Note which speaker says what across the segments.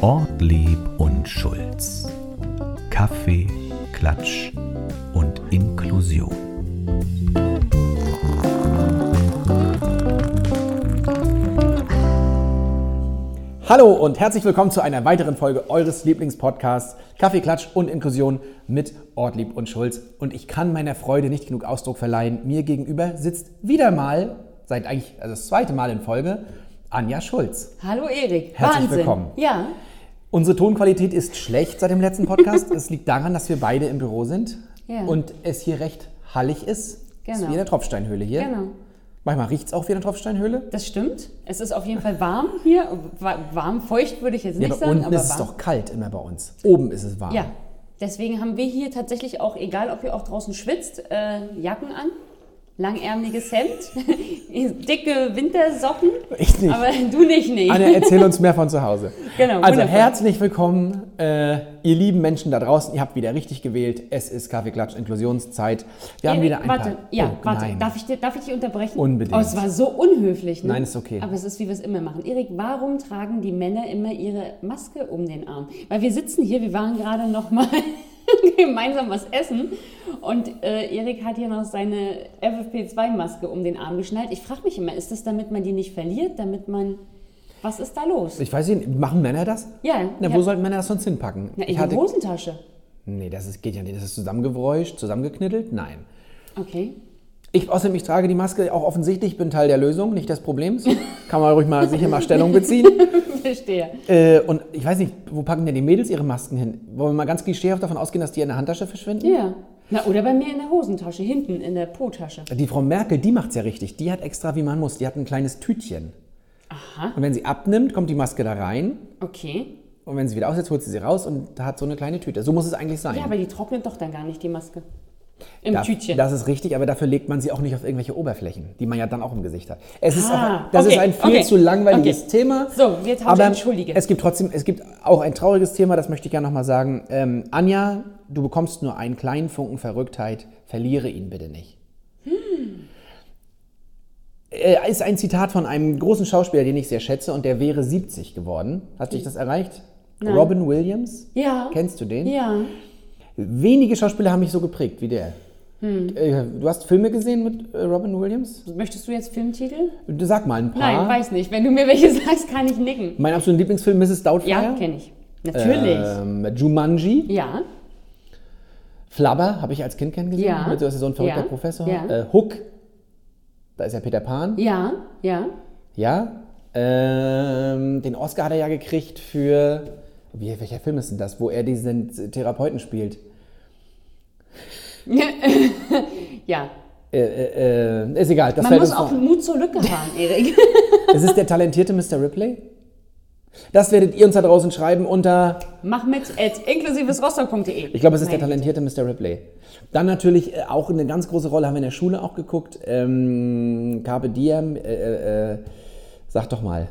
Speaker 1: Ortlieb und Schulz. Kaffee, Klatsch und Inklusion.
Speaker 2: Hallo und herzlich willkommen zu einer weiteren Folge eures Lieblingspodcasts Kaffee, Klatsch und Inklusion mit Ortlieb und Schulz. Und ich kann meiner Freude nicht genug Ausdruck verleihen. Mir gegenüber sitzt wieder mal, seit eigentlich also das zweite Mal in Folge, Anja Schulz.
Speaker 3: Hallo Erik.
Speaker 2: Herzlich
Speaker 3: Wahnsinn.
Speaker 2: willkommen.
Speaker 3: Ja,
Speaker 2: Unsere Tonqualität ist schlecht seit dem letzten Podcast. es liegt daran, dass wir beide im Büro sind
Speaker 3: Ja.
Speaker 2: und es hier recht hallig ist. Es ist
Speaker 3: Genau.
Speaker 2: wie in der Tropfsteinhöhle hier.
Speaker 3: genau.
Speaker 2: Manchmal riecht es auch wie in der Tropfsteinhöhle.
Speaker 3: Das stimmt. Es ist auf jeden Fall warm hier. Wa- Warm, feucht würde ich jetzt nicht
Speaker 2: Ja, aber
Speaker 3: sagen,
Speaker 2: unten
Speaker 3: aber
Speaker 2: ist es
Speaker 3: warm.
Speaker 2: doch kalt immer bei uns. Oben ist es warm.
Speaker 3: ja. Deswegen haben wir hier tatsächlich auch, egal ob ihr auch draußen schwitzt, äh, Jacken an, langärmeliges Hemd, dicke Wintersocken.
Speaker 2: Ich nicht.
Speaker 3: Aber du nicht, nee.
Speaker 2: Anne, erzähl uns mehr von zu Hause.
Speaker 3: Genau,
Speaker 2: Also
Speaker 3: wundervoll.
Speaker 2: herzlich willkommen, äh, ihr lieben Menschen da draußen. Ihr habt wieder richtig gewählt. Es ist Kaffeeklatsch, Inklusionszeit. Wir haben
Speaker 3: Erik,
Speaker 2: wieder ein
Speaker 3: Äh, warte,
Speaker 2: paar...
Speaker 3: ja,
Speaker 2: Oh,
Speaker 3: warte.
Speaker 2: nein.
Speaker 3: Darf ich, dir- darf ich dich unterbrechen?
Speaker 2: Unbedingt.
Speaker 3: Oh, es war so unhöflich. Ne?
Speaker 2: Nein, ist okay.
Speaker 3: Aber es ist, wie wir es immer machen. Erik, warum tragen die Männer immer ihre Maske um den Arm? Weil wir sitzen hier, wir waren gerade noch mal gemeinsam was essen und äh, Erik hat hier noch seine FFP2-Maske um den Arm geschnallt. Ich frage mich immer, ist das, damit man die nicht verliert, damit man... Was ist da los?
Speaker 2: Ich weiß nicht, machen Männer das?
Speaker 3: ja,
Speaker 2: Na,
Speaker 3: ja.
Speaker 2: wo sollten Männer das sonst hinpacken?
Speaker 3: Na, in
Speaker 2: ich
Speaker 3: die
Speaker 2: hatte,
Speaker 3: Hosentasche.
Speaker 2: nee, das ist, geht ja nicht. Das ist zusammengewräuscht, zusammengeknittelt? Nein.
Speaker 3: Okay.
Speaker 2: Ich, außerdem, ich trage die Maske auch offensichtlich, bin Teil der Lösung, nicht des Problems. Kann man ruhig mal sicher mal Stellung beziehen.
Speaker 3: Verstehe.
Speaker 2: Äh, und ich weiß nicht, wo packen denn die Mädels ihre Masken hin? Wollen wir mal ganz klischeehaft davon ausgehen, dass die in der Handtasche verschwinden?
Speaker 3: Ja. Na, oder bei mir in der Hosentasche, hinten in der Po-Tasche.
Speaker 2: Die Frau Merkel, die macht's ja richtig. Die hat extra, wie man muss. Die hat ein kleines Tütchen.
Speaker 3: Aha,
Speaker 2: Und wenn sie abnimmt, kommt die Maske da rein.
Speaker 3: okay.
Speaker 2: Und wenn sie wieder aussetzt, holt sie sie raus und hat so eine kleine Tüte. So muss es eigentlich sein.
Speaker 3: Ja, aber die trocknet doch dann gar nicht, die Maske. Im
Speaker 2: Da-
Speaker 3: Tütchen.
Speaker 2: Das ist richtig, aber dafür legt man sie auch nicht auf irgendwelche Oberflächen, die man ja dann auch im Gesicht hat. Es ist
Speaker 3: Ah,
Speaker 2: auch, das
Speaker 3: okay,
Speaker 2: ist ein viel
Speaker 3: okay,
Speaker 2: zu langweiliges
Speaker 3: okay.
Speaker 2: Thema.
Speaker 3: So, wir tauschen
Speaker 2: aber
Speaker 3: Entschuldige.
Speaker 2: Es gibt trotzdem, es gibt auch ein trauriges Thema, das möchte ich gerne nochmal sagen. Ähm, Anja, du bekommst nur einen kleinen Funken Verrücktheit, verliere ihn bitte nicht. Hm. Äh, Ist ein Zitat von einem großen Schauspieler, den ich sehr schätze, und der wäre 70 geworden. Hat dich das erreicht?
Speaker 3: Hm. Nein.
Speaker 2: Robin Williams?
Speaker 3: Ja.
Speaker 2: Kennst du den?
Speaker 3: ja.
Speaker 2: Wenige Schauspieler haben mich so geprägt wie der.
Speaker 3: Hm.
Speaker 2: Äh, Du hast Filme gesehen mit äh, Robin Williams?
Speaker 3: Möchtest du jetzt Filmtitel?
Speaker 2: Sag mal ein paar.
Speaker 3: Nein, weiß nicht. Wenn du mir welche sagst, kann ich nicken.
Speaker 2: mein absoluter Lieblingsfilm, Mrs. Doubtfire.
Speaker 3: Ja, kenne ich. Natürlich.
Speaker 2: Ähm, Jumanji.
Speaker 3: Ja.
Speaker 2: Flubber habe ich als Kind kennengelernt.
Speaker 3: Ja.
Speaker 2: Mit so, das ist so ein verrückter
Speaker 3: Ja.
Speaker 2: Professor.
Speaker 3: Ja.
Speaker 2: Äh, Hook. Da ist ja Peter Pan.
Speaker 3: Ja, ja.
Speaker 2: Ja. Ähm, den Oscar hat er ja gekriegt für. Wie, welcher Film ist denn das, wo er diesen Therapeuten spielt?
Speaker 3: ja.
Speaker 2: Äh, äh, äh, ist egal. Das
Speaker 3: Man
Speaker 2: fällt
Speaker 3: muss
Speaker 2: uns
Speaker 3: auch
Speaker 2: noch-
Speaker 3: Mut zur Lücke haben, Erik.
Speaker 2: Es ist der talentierte Mr. Ripley. Das werdet ihr uns da draußen schreiben unter,
Speaker 3: Mach mit at inklusivesrostock.de.
Speaker 2: ich glaube, es ist der
Speaker 3: Nein.
Speaker 2: talentierte Mr. Ripley. Dann natürlich äh, auch eine ganz große Rolle, haben wir in der Schule auch geguckt, ähm, Carpe Diem, äh, äh, äh, sag doch mal,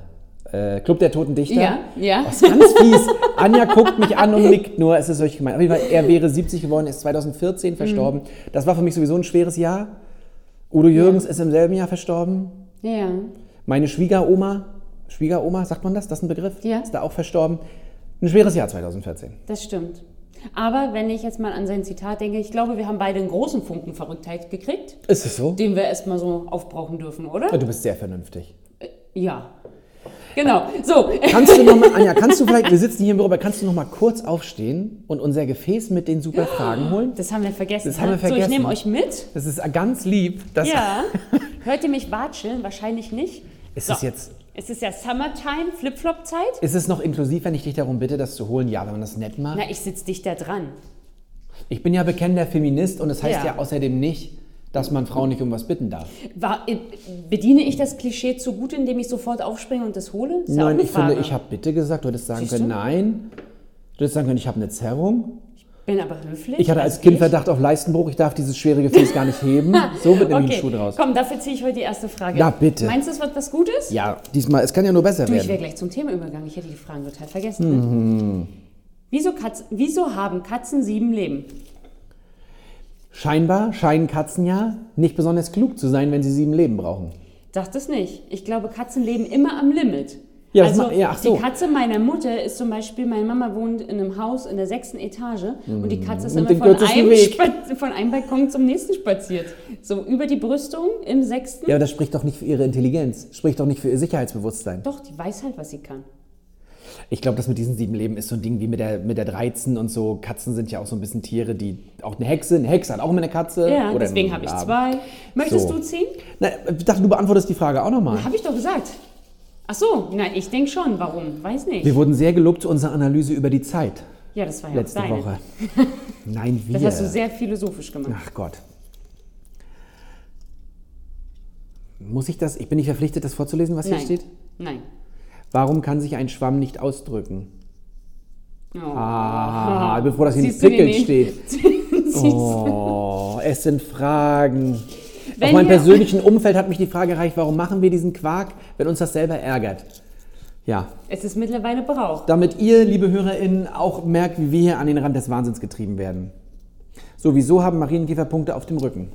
Speaker 2: äh, Club der Toten Dichter.
Speaker 3: Ja, ja.
Speaker 2: Das ist ganz fies. Anja guckt mich an und nickt nur, es ist euch gemeint. Auf jeden Fall, er wäre 70 geworden, ist 2014 verstorben. Das war für mich sowieso ein schweres Jahr. Udo Jürgens ist im selben Jahr verstorben.
Speaker 3: Ja.
Speaker 2: Meine Schwiegeroma, Schwiegeroma, sagt man das? Das ist ein Begriff?
Speaker 3: Ja.
Speaker 2: Ist da auch verstorben. Ein schweres Jahr 2014.
Speaker 3: Das stimmt. Aber wenn ich jetzt mal an sein Zitat denke, ich glaube, wir haben beide einen großen Funken Verrücktheit gekriegt,
Speaker 2: Ist es so?
Speaker 3: den wir erstmal so aufbrauchen dürfen, oder?
Speaker 2: Du bist sehr vernünftig.
Speaker 3: Ja. Genau. So.
Speaker 2: Kannst du nochmal, Anja, kannst du vielleicht, wir sitzen hier im Büro, aber kannst du nochmal kurz aufstehen und unser Gefäß mit den super Fragen holen?
Speaker 3: Das haben wir vergessen.
Speaker 2: Das haben wir
Speaker 3: ne? So,
Speaker 2: vergessen.
Speaker 3: ich nehme euch mit.
Speaker 2: Das ist ganz lieb. Das
Speaker 3: Ja. Hört ihr mich watscheln? Wahrscheinlich nicht.
Speaker 2: Ist
Speaker 3: So.
Speaker 2: es jetzt,
Speaker 3: Es ist ja Summertime, Flip-Flop-Zeit.
Speaker 2: ist es noch inklusiv, wenn ich dich darum bitte, das zu holen? Ja, wenn man das nett macht.
Speaker 3: Na, ich sitze dich da dran.
Speaker 2: Ich bin ja bekennender Feminist und es heißt ja.
Speaker 3: Ja.
Speaker 2: außerdem nicht, dass man Frauen nicht um was bitten darf.
Speaker 3: War, äh, bediene ich das Klischee zu gut, indem ich sofort aufspringe und das hole? Ist ja auch
Speaker 2: Nein,
Speaker 3: eine
Speaker 2: ich
Speaker 3: Frage.
Speaker 2: finde, ich habe bitte gesagt, du hättest sagen
Speaker 3: Siehst
Speaker 2: können,
Speaker 3: du?
Speaker 2: nein. Du hättest sagen können, ich habe eine Zerrung.
Speaker 3: Bin aber höflich.
Speaker 2: Ich hatte als
Speaker 3: Also
Speaker 2: Kind
Speaker 3: ich-
Speaker 2: Verdacht auf Leistenbruch, ich darf dieses schwere Gefäß gar nicht heben. So wird nämlich ein
Speaker 3: Okay,
Speaker 2: Schuh draus.
Speaker 3: komm, dafür ziehe ich heute die erste Frage.
Speaker 2: Ja, bitte.
Speaker 3: Meinst du, es wird was Gutes?
Speaker 2: Ja, diesmal, es kann ja nur besser
Speaker 3: Du, ich wäre
Speaker 2: werden. Mhm.
Speaker 3: gleich zum Thema übergegangen. Ich hätte die Fragen total vergessen. Wieso, Katz, wieso haben Katzen sieben Leben?
Speaker 2: Scheinbar scheinen Katzen ja nicht besonders klug zu sein, wenn sie sieben Leben brauchen.
Speaker 3: Sagt es nicht. Ich glaube, Katzen leben immer am Limit.
Speaker 2: Ja, das
Speaker 3: also
Speaker 2: ma- ja, ach so.
Speaker 3: die Katze meiner Mutter ist zum Beispiel, meine Mama wohnt in einem Haus in der sechsten Etage und die Katze ist
Speaker 2: Mhm. Und
Speaker 3: immer
Speaker 2: den
Speaker 3: von
Speaker 2: kürzesten
Speaker 3: einem,
Speaker 2: Weg.
Speaker 3: Spa- von einem Balkon zum nächsten spaziert. So über die Brüstung im sechsten.
Speaker 2: Ja, aber das spricht doch nicht für ihre Intelligenz, spricht doch nicht für ihr Sicherheitsbewusstsein.
Speaker 3: Doch, die weiß halt, was sie kann.
Speaker 2: Ich glaube, das mit diesen sieben Leben ist so ein Ding wie mit der, mit der 13 und so. Katzen sind ja auch so ein bisschen Tiere, die auch eine Hexe, eine Hexe hat auch immer eine Katze. Äh,
Speaker 3: Ja,
Speaker 2: oder
Speaker 3: deswegen
Speaker 2: einen
Speaker 3: habe ich
Speaker 2: Raben.
Speaker 3: zwei. Möchtest
Speaker 2: So.
Speaker 3: du ziehen?
Speaker 2: Na, ich dachte, du beantwortest die Frage auch nochmal.
Speaker 3: Habe ich doch gesagt. Ach so, na, ich denke schon. Warum? Weiß
Speaker 2: Wir
Speaker 3: nicht.
Speaker 2: wurden sehr gelobt zu unserer Analyse über die Zeit
Speaker 3: Ja, das war ja
Speaker 2: letzte
Speaker 3: deine.
Speaker 2: Woche. Nein, wir.
Speaker 3: Das hast du sehr philosophisch gemacht.
Speaker 2: Ach Gott. Muss ich das? Ich bin nicht verpflichtet, das vorzulesen, was
Speaker 3: Nein.
Speaker 2: hier steht.
Speaker 3: Nein.
Speaker 2: Warum kann sich ein Schwamm nicht ausdrücken?
Speaker 3: Oh.
Speaker 2: Ah, ich bin froh, dass hier nicht
Speaker 3: Siehst du
Speaker 2: Pickel
Speaker 3: den
Speaker 2: steht.
Speaker 3: Siehst du?
Speaker 2: Oh, es sind Fragen. Auf
Speaker 3: Wenn
Speaker 2: meinem
Speaker 3: wir-
Speaker 2: persönlichen Umfeld hat mich die Frage erreicht, warum machen wir diesen Quark, wenn uns das selber ärgert? Ja,
Speaker 3: Es ist mittlerweile Brauch.
Speaker 2: damit ihr, liebe HörerInnen, auch merkt, wie wir hier an den Rand des Wahnsinns getrieben werden. Sowieso haben Marienkäfer Punkte auf dem Rücken.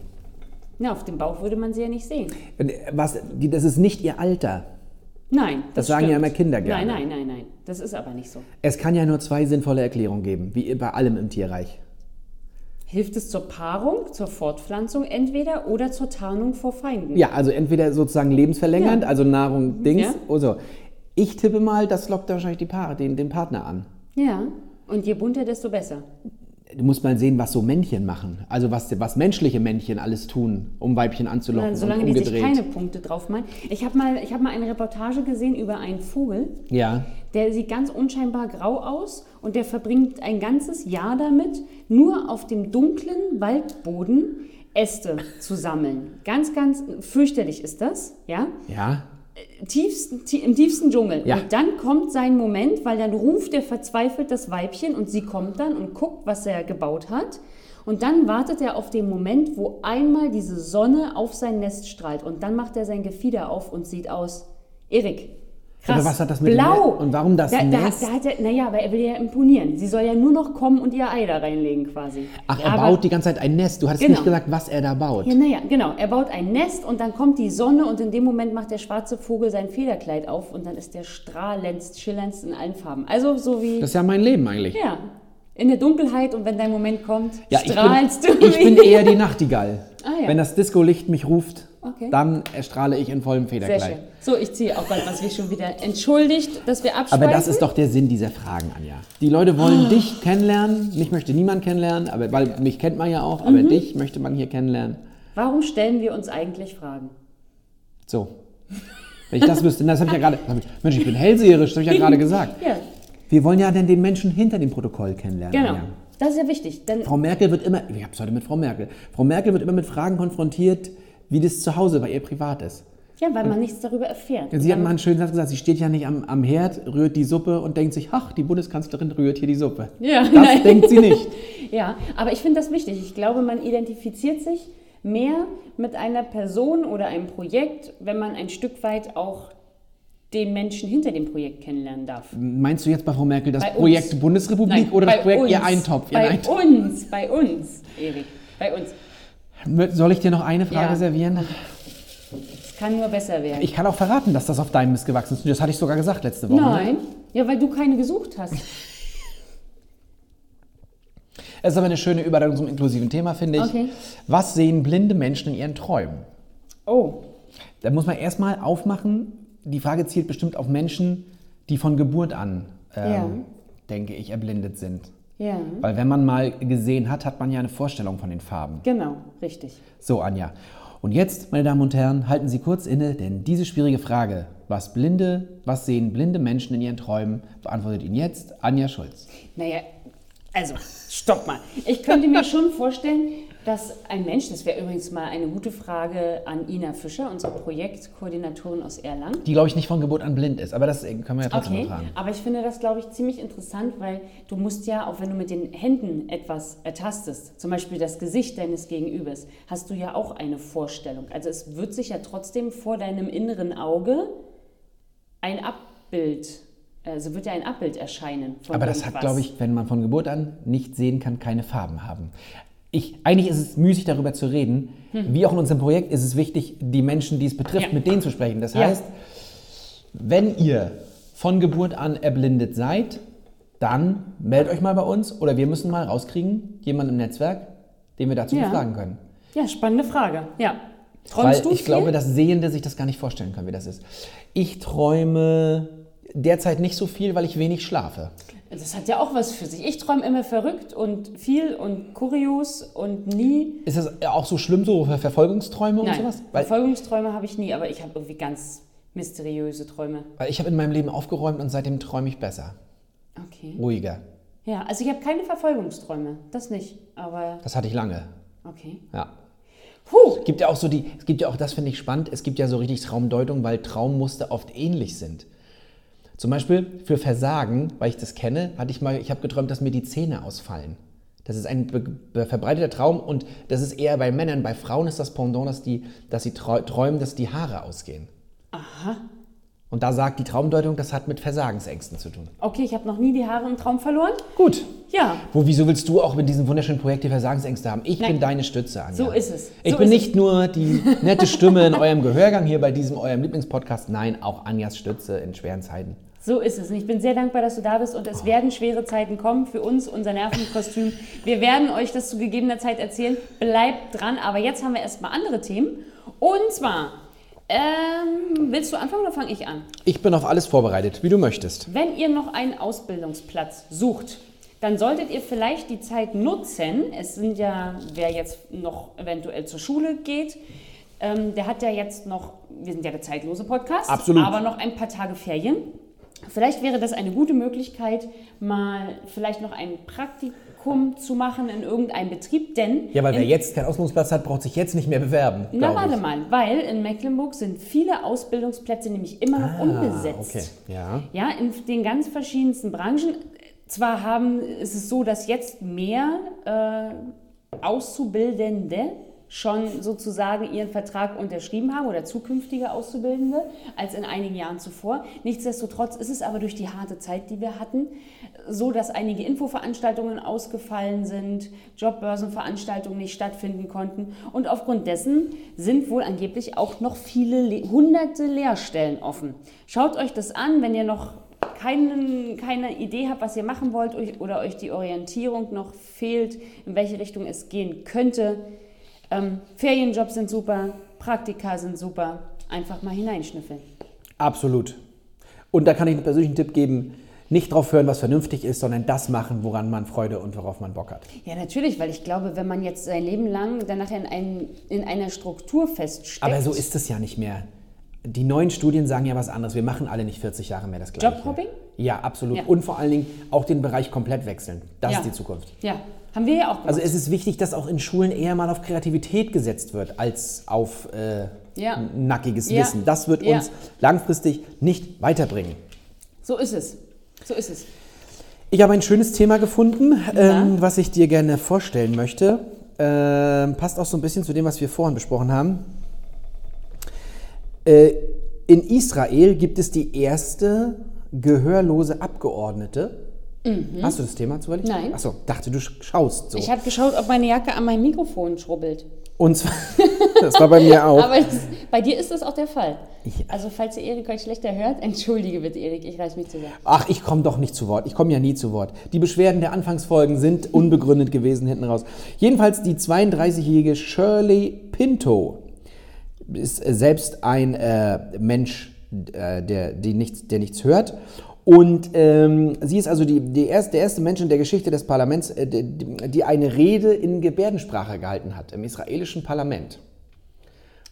Speaker 3: Na, auf dem Bauch würde man sie ja nicht sehen.
Speaker 2: Und, äh, Was, die, das ist nicht ihr Alter.
Speaker 3: Nein.
Speaker 2: Das sagen ja
Speaker 3: stimmt.
Speaker 2: immer Kinder gerne.
Speaker 3: Nein, nein, nein, nein. Das ist aber nicht so.
Speaker 2: Es kann ja nur zwei sinnvolle Erklärungen geben, wie bei allem im Tierreich.
Speaker 3: Hilft es zur Paarung, zur Fortpflanzung entweder oder zur Tarnung vor Feinden?
Speaker 2: Ja, also entweder sozusagen lebensverlängernd,
Speaker 3: Ja.
Speaker 2: also Nahrung, Dings,
Speaker 3: Ja.
Speaker 2: oder so. Ich tippe mal, das lockt wahrscheinlich die Paare, den, den Partner an.
Speaker 3: Ja. Und je bunter, desto besser.
Speaker 2: Du musst mal sehen, was so Männchen machen. Also was, was menschliche Männchen alles tun, um Weibchen anzulocken.
Speaker 3: Dann, solange
Speaker 2: und
Speaker 3: die
Speaker 2: umgedreht.
Speaker 3: sich keine Punkte drauf machen. Ich habe mal, ich hab mal eine Reportage gesehen über einen Vogel,
Speaker 2: ja.
Speaker 3: Der sieht ganz unscheinbar grau aus und der verbringt ein ganzes Jahr damit, nur auf dem dunklen Waldboden Äste zu sammeln. Ganz, ganz fürchterlich ist das, ja?
Speaker 2: Ja.
Speaker 3: Tiefsten, tie- Im tiefsten Dschungel.
Speaker 2: Ja.
Speaker 3: Und dann kommt sein Moment, weil dann ruft er verzweifelt das Weibchen und sie kommt dann und guckt, was er gebaut hat. Und dann wartet er auf den Moment, wo einmal diese Sonne auf sein Nest strahlt. Und dann macht er sein Gefieder auf und sieht aus. Erik. Krass.
Speaker 2: Aber was hat das mit dem
Speaker 3: Blau.
Speaker 2: Nest- und warum das
Speaker 3: da, da,
Speaker 2: Nest?
Speaker 3: Da hat er, naja, weil er will ja imponieren. Sie soll ja nur noch kommen und ihr Ei da reinlegen quasi.
Speaker 2: Ach, er
Speaker 3: Aber-
Speaker 2: baut die ganze Zeit ein Nest. Du hattest
Speaker 3: Genau.
Speaker 2: nicht gesagt, was er da baut.
Speaker 3: ja, naja, genau. Er baut ein Nest und dann kommt die Sonne und in dem Moment macht der schwarze Vogel sein Federkleid auf und dann ist der strahlendst, schillerndst in allen Farben. Also so wie,
Speaker 2: Das ist ja mein Leben eigentlich.
Speaker 3: ja, in der Dunkelheit und wenn dein Moment kommt,
Speaker 2: Ja, ich
Speaker 3: strahlst
Speaker 2: bin,
Speaker 3: du
Speaker 2: Ich bin
Speaker 3: wie-
Speaker 2: eher die Nachtigall.
Speaker 3: Ah, ja.
Speaker 2: Wenn das Disco-Licht mich ruft,
Speaker 3: Okay.
Speaker 2: dann erstrahle ich in vollem
Speaker 3: Sehr
Speaker 2: Federkleid.
Speaker 3: schön. So, ich ziehe auch bald was wir schon wieder. Entschuldigt, dass wir abschweifen.
Speaker 2: Aber das ist doch der Sinn dieser Fragen, Anja. Die Leute
Speaker 3: Ah.
Speaker 2: wollen dich kennenlernen. Mich möchte niemand kennenlernen, aber weil mich kennt man ja auch, aber
Speaker 3: Mhm.
Speaker 2: dich möchte man hier kennenlernen.
Speaker 3: Warum stellen wir uns eigentlich Fragen?
Speaker 2: So. Wenn ich das wüsste, das habe ich ja gerade. das hab ich- Mensch, ich bin hellseherisch, das habe ich ja gerade gesagt.
Speaker 3: Ja,
Speaker 2: Wir wollen ja dann den Menschen hinter dem Protokoll kennenlernen.
Speaker 3: genau.
Speaker 2: Anja.
Speaker 3: Das ist ja wichtig. Dann
Speaker 2: Frau Merkel wird immer, ich habe es heute mit Frau Merkel, Frau Merkel wird immer mit Fragen konfrontiert, wie das zu Hause bei ihr privat ist.
Speaker 3: Ja, weil man nichts darüber erfährt.
Speaker 2: Sie hat mal einen schönen Satz gesagt, sie steht ja nicht am, am Herd, rührt die Suppe und denkt sich, ach, die Bundeskanzlerin rührt hier die Suppe.
Speaker 3: Ja,
Speaker 2: das
Speaker 3: nein.
Speaker 2: denkt sie nicht.
Speaker 3: Ja, aber ich finde das wichtig. Ich glaube, man identifiziert sich mehr mit einer Person oder einem Projekt, wenn man ein Stück weit auch den Menschen hinter dem Projekt kennenlernen darf.
Speaker 2: Meinst du jetzt bei Frau Merkel das
Speaker 3: Bei uns.
Speaker 2: Projekt Bundesrepublik oder das
Speaker 3: bei
Speaker 2: Projekt ihr
Speaker 3: uns.
Speaker 2: Eintopf? Ihr
Speaker 3: Bei
Speaker 2: Eintopf.
Speaker 3: uns, bei uns, Erik. Bei uns.
Speaker 2: Soll ich dir noch eine Frage
Speaker 3: Ja.
Speaker 2: servieren?
Speaker 3: Es kann nur besser werden.
Speaker 2: Ich kann auch verraten, dass das auf deinem Mist gewachsen ist. Das hatte ich sogar gesagt letzte Woche.
Speaker 3: Nein. Ja, weil du keine gesucht hast.
Speaker 2: Es ist aber eine schöne Überleitung zum inklusiven Thema, finde ich.
Speaker 3: Okay.
Speaker 2: Was sehen blinde Menschen in ihren Träumen?
Speaker 3: Oh.
Speaker 2: Da muss man erstmal aufmachen. Die Frage zielt bestimmt auf Menschen, die von Geburt an, ähm,
Speaker 3: Ja.
Speaker 2: denke ich, erblindet sind.
Speaker 3: Ja.
Speaker 2: Weil wenn man mal gesehen hat, hat man ja eine Vorstellung von den Farben.
Speaker 3: Genau, richtig.
Speaker 2: So, Anja. Und jetzt, meine Damen und Herren, halten Sie kurz inne, denn diese schwierige Frage, was blinde, was sehen blinde Menschen in ihren Träumen, beantwortet Ihnen jetzt Anja Schulz.
Speaker 3: Naja, also, stopp mal. Ich könnte mir schon vorstellen, dass ein Mensch, das wäre übrigens mal eine gute Frage an Ina Fischer, unsere Projektkoordinatorin aus Erlangen.
Speaker 2: Die, glaube ich, nicht von Geburt an blind ist, aber das äh, können wir ja trotzdem
Speaker 3: Okay,
Speaker 2: noch fragen.
Speaker 3: aber ich finde das, glaube ich, ziemlich interessant, weil du musst ja, auch wenn du mit den Händen etwas ertastest, zum Beispiel das Gesicht deines Gegenübers, hast du ja auch eine Vorstellung. Also es wird sich ja trotzdem vor deinem inneren Auge ein Abbild, also wird ja ein Abbild erscheinen. von
Speaker 2: Aber das hat,
Speaker 3: irgendwas.
Speaker 2: glaube ich, wenn man von Geburt an nicht sehen kann, keine Farben haben. ich, eigentlich ist es müßig, darüber zu reden. Wie auch in unserem Projekt ist es wichtig, die Menschen, die es betrifft,
Speaker 3: Hm. Ja.
Speaker 2: mit denen zu sprechen. Das
Speaker 3: Ja.
Speaker 2: heißt, wenn ihr von Geburt an erblindet seid, dann meldet euch mal bei uns oder wir müssen mal rauskriegen, jemanden im Netzwerk, den wir dazu
Speaker 3: Ja.
Speaker 2: befragen können.
Speaker 3: Ja, spannende Frage. Ja.
Speaker 2: Weil
Speaker 3: Träumst du
Speaker 2: ich
Speaker 3: viel?
Speaker 2: glaube, dass Sehende sich das gar nicht vorstellen können, wie das ist. Ich träume derzeit nicht so viel, weil ich wenig schlafe.
Speaker 3: das hat ja auch was für sich. Ich träume immer verrückt und viel und kurios und nie.
Speaker 2: Ist das auch so schlimm, so Ver- Verfolgungsträume und
Speaker 3: Nein,
Speaker 2: sowas? Weil,
Speaker 3: Verfolgungsträume habe ich nie, aber ich habe irgendwie ganz mysteriöse Träume.
Speaker 2: weil ich habe in meinem Leben aufgeräumt und seitdem träume ich besser,
Speaker 3: Okay.
Speaker 2: ruhiger.
Speaker 3: Ja, also ich habe keine Verfolgungsträume. Das nicht. Aber
Speaker 2: Das hatte ich lange.
Speaker 3: okay.
Speaker 2: Ja.
Speaker 3: Puh.
Speaker 2: Es gibt ja auch so die, es gibt ja auch, das finde ich spannend, es gibt ja so richtig Traumdeutung, weil Traummuster oft ähnlich sind. Zum Beispiel für Versagen, weil ich das kenne, hatte ich mal, ich habe geträumt, dass mir die Zähne ausfallen. Das ist ein be be verbreiteter Traum und das ist eher bei Männern, bei Frauen ist das Pendant, dass, die, dass sie trau träumen, dass die Haare ausgehen.
Speaker 3: Aha.
Speaker 2: Und da sagt die Traumdeutung, das hat mit Versagensängsten zu tun.
Speaker 3: Okay, ich habe noch nie die Haare im Traum verloren.
Speaker 2: Gut.
Speaker 3: Ja.
Speaker 2: Wo, wieso willst du auch mit diesem wunderschönen Projekt die Versagensängste haben? Ich
Speaker 3: Nein.
Speaker 2: bin deine Stütze, Anja.
Speaker 3: So ist es.
Speaker 2: Ich
Speaker 3: So
Speaker 2: bin
Speaker 3: ist
Speaker 2: nicht nur die nette Stimme in eurem Gehörgang hier bei diesem eurem Lieblingspodcast, nein, auch Anjas Stütze in schweren Zeiten.
Speaker 3: So ist es. Und ich bin sehr dankbar, dass du da bist. Und es werden schwere Zeiten kommen für uns, unser Nervenkostüm. Wir werden euch das zu gegebener Zeit erzählen. Bleibt dran. Aber jetzt haben wir erstmal andere Themen. Und zwar, ähm, willst du anfangen oder fange ich an?
Speaker 2: Ich bin auf alles vorbereitet, wie du möchtest.
Speaker 3: Wenn ihr noch einen Ausbildungsplatz sucht, dann solltet ihr vielleicht die Zeit nutzen. Es sind ja, wer jetzt noch eventuell zur Schule geht, ähm, der hat ja jetzt noch, wir sind ja der zeitlose Podcast,
Speaker 2: Absolut.
Speaker 3: aber noch ein paar Tage Ferien. Vielleicht wäre das eine gute Möglichkeit, mal vielleicht noch ein Praktikum zu machen in irgendeinem Betrieb, denn
Speaker 2: Ja, weil
Speaker 3: in
Speaker 2: wer jetzt keinen Ausbildungsplatz hat, braucht sich jetzt nicht mehr bewerben.
Speaker 3: na,
Speaker 2: glaub
Speaker 3: warte
Speaker 2: ich.
Speaker 3: mal, weil in Mecklenburg sind viele Ausbildungsplätze nämlich immer noch unbesetzt.
Speaker 2: Ah, okay, ja.
Speaker 3: ja, in den ganz verschiedensten Branchen. Zwar haben, ist es so, dass jetzt mehr äh, Auszubildende schon sozusagen ihren Vertrag unterschrieben haben oder zukünftige Auszubildende als in einigen Jahren zuvor. Nichtsdestotrotz ist es aber durch die harte Zeit, die wir hatten, so, dass einige Infoveranstaltungen ausgefallen sind, Jobbörsenveranstaltungen nicht stattfinden konnten und aufgrund dessen sind wohl angeblich auch noch viele Le hunderte Lehrstellen offen. Schaut euch das an, wenn ihr noch keinen, keine Idee habt, was ihr machen wollt euch- oder euch die Orientierung noch fehlt, in welche Richtung es gehen könnte. Ähm, Ferienjobs sind super, Praktika sind super. Einfach mal hineinschnüffeln.
Speaker 2: Absolut. Und da kann ich einen persönlichen Tipp geben, nicht drauf hören, was vernünftig ist, sondern das machen, woran man Freude und worauf man Bock hat.
Speaker 3: Ja, natürlich, weil ich glaube, wenn man jetzt sein Leben lang danach in, einem, in einer Struktur feststeckt.
Speaker 2: Aber so ist es ja nicht mehr. Die neuen Studien sagen ja was anderes. Wir machen alle nicht 40 Jahre mehr das Gleiche.
Speaker 3: Jobhopping?
Speaker 2: Ja, absolut.
Speaker 3: Ja.
Speaker 2: Und vor allen Dingen auch den Bereich komplett wechseln. Das
Speaker 3: Ja.
Speaker 2: ist die Zukunft.
Speaker 3: Ja, haben wir ja auch gemacht.
Speaker 2: Also es ist wichtig, dass auch in Schulen eher mal auf Kreativität gesetzt wird, als auf äh,
Speaker 3: Ja.
Speaker 2: nackiges
Speaker 3: Ja.
Speaker 2: Wissen. Das wird
Speaker 3: Ja.
Speaker 2: uns langfristig nicht weiterbringen.
Speaker 3: so ist es. So ist es.
Speaker 2: Ich habe ein schönes Thema gefunden,
Speaker 3: Ja.
Speaker 2: ähm, was ich dir gerne vorstellen möchte. Ähm, passt auch so ein bisschen zu dem, was wir vorhin besprochen haben. Äh, in Israel gibt es die erste gehörlose Abgeordnete. Hast du das Thema zufällig?
Speaker 3: Mhm. Nein.
Speaker 2: Achso, dachte du sch- schaust so.
Speaker 3: Ich habe geschaut, ob meine Jacke an meinem Mikrofon schrubbelt.
Speaker 2: Und zwar, das war bei mir auch.
Speaker 3: Aber es, bei dir ist das auch der Fall.
Speaker 2: Ja.
Speaker 3: Also, falls ihr Erik euch schlechter hört, entschuldige bitte, Erik, ich reiß mich zusammen.
Speaker 2: Ach, ich komme doch nicht zu Wort. Ich komme ja nie zu Wort. Die Beschwerden der Anfangsfolgen sind unbegründet gewesen hinten raus. Jedenfalls die 32-jährige Shirley Pinto ist äh, selbst ein äh, Mensch, äh, der, die nichts, der nichts hört. Und ähm, sie ist also die, die erste, der erste Mensch in der Geschichte des Parlaments, äh, die, die eine Rede in Gebärdensprache gehalten hat, im israelischen Parlament.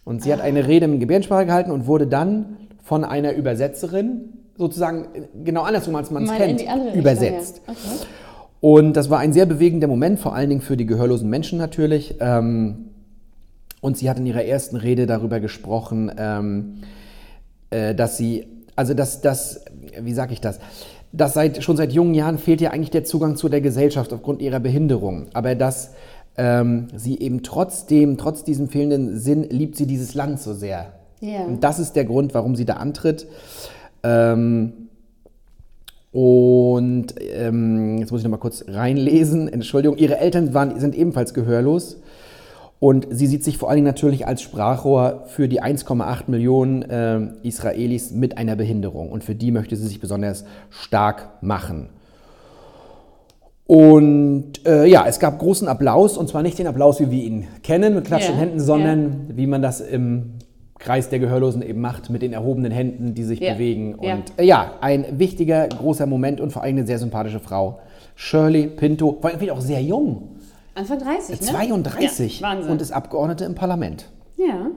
Speaker 2: Und sie hat eine Rede in Gebärdensprache gehalten und wurde dann von einer Übersetzerin sozusagen äh, genau andersrum, als man es
Speaker 3: Mal
Speaker 2: kennt,
Speaker 3: Richtung,
Speaker 2: übersetzt.
Speaker 3: Ja. Okay.
Speaker 2: Und das war ein sehr bewegender Moment, vor allen Dingen für die gehörlosen Menschen natürlich. Ähm, und sie hat in ihrer ersten Rede darüber gesprochen, ähm, äh, dass sie, also dass, dass wie sage ich das, dass seit, schon seit jungen Jahren fehlt ihr eigentlich der Zugang zu der Gesellschaft aufgrund ihrer Behinderung. Aber dass ähm, sie eben trotzdem, trotz diesem fehlenden Sinn, liebt sie dieses Land so sehr.
Speaker 3: Ja.
Speaker 2: Und das ist der Grund, warum sie da antritt. Ähm, Und ähm, jetzt muss ich nochmal kurz reinlesen. Entschuldigung, ihre Eltern waren, sind ebenfalls gehörlos. Und sie sieht sich vor allen Dingen natürlich als Sprachrohr für die 1,8 Millionen ähm, Israelis mit einer Behinderung. Und für die möchte sie sich besonders stark machen. Und äh, ja, es gab großen Applaus, und zwar nicht den Applaus, wie wir ihn kennen, mit klatschenden
Speaker 3: Ja,
Speaker 2: Händen, sondern wie man das im Kreis der Gehörlosen eben macht, mit den erhobenen Händen, die sich
Speaker 3: Ja,
Speaker 2: bewegen. Und
Speaker 3: ja.
Speaker 2: äh, ja, ein wichtiger, großer Moment und vor allem eine sehr sympathische Frau. Shirley Pinto, vor allem wieder auch sehr jung,
Speaker 3: Anfang 30, ne?
Speaker 2: 32
Speaker 3: Ja, Wahnsinn.
Speaker 2: und ist Abgeordnete im Parlament.
Speaker 3: ja.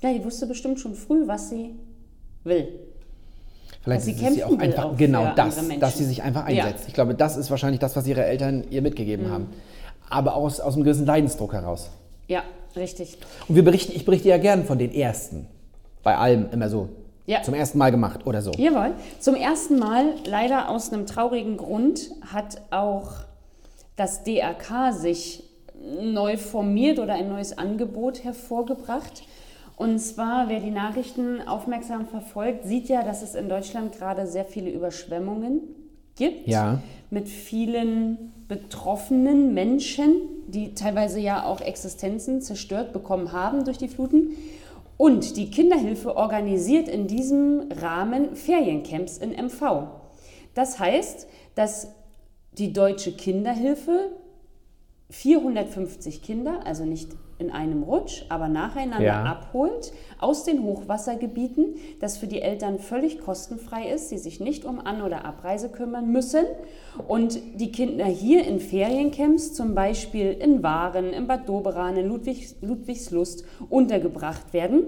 Speaker 3: ja, die wusste bestimmt schon früh, was sie will.
Speaker 2: Vielleicht
Speaker 3: Dass sie
Speaker 2: ist es sie
Speaker 3: kämpfen
Speaker 2: auch
Speaker 3: will
Speaker 2: einfach
Speaker 3: auch
Speaker 2: genau
Speaker 3: für
Speaker 2: das,
Speaker 3: andere Menschen.
Speaker 2: dass sie sich einfach
Speaker 3: Ja. Mhm.
Speaker 2: einsetzt. Ich glaube, das ist wahrscheinlich das, was ihre Eltern ihr mitgegeben haben. Aber aus, aus einem gewissen Leidensdruck heraus.
Speaker 3: Ja, richtig.
Speaker 2: Und wir berichten, ich berichte ja gern von den ersten. Bei allem immer so.
Speaker 3: Ja.
Speaker 2: Zum ersten Mal gemacht oder so.
Speaker 3: Jawohl. Zum ersten Mal, leider aus einem traurigen Grund, hat auch das DRK sich neu formiert oder ein neues Angebot hervorgebracht. Und zwar, wer die Nachrichten aufmerksam verfolgt, sieht ja, dass es in Deutschland gerade sehr viele Überschwemmungen gibt.
Speaker 2: Ja.
Speaker 3: Mit vielen betroffenen Menschen, die teilweise ja auch Existenzen zerstört bekommen haben durch die Fluten. Und die Kinderhilfe organisiert in diesem Rahmen Feriencamps in MV. Das heißt, dass die deutsche Kinderhilfe 450 Kinder, also nicht in einem Rutsch, aber nacheinander
Speaker 2: Ja.
Speaker 3: abholt aus den Hochwassergebieten, das für die Eltern völlig kostenfrei ist, sie sich nicht um An- oder Abreise kümmern müssen und die Kinder hier in Feriencamps, zum Beispiel in Waren, in Bad Doberan, in Ludwig, Ludwigslust untergebracht werden.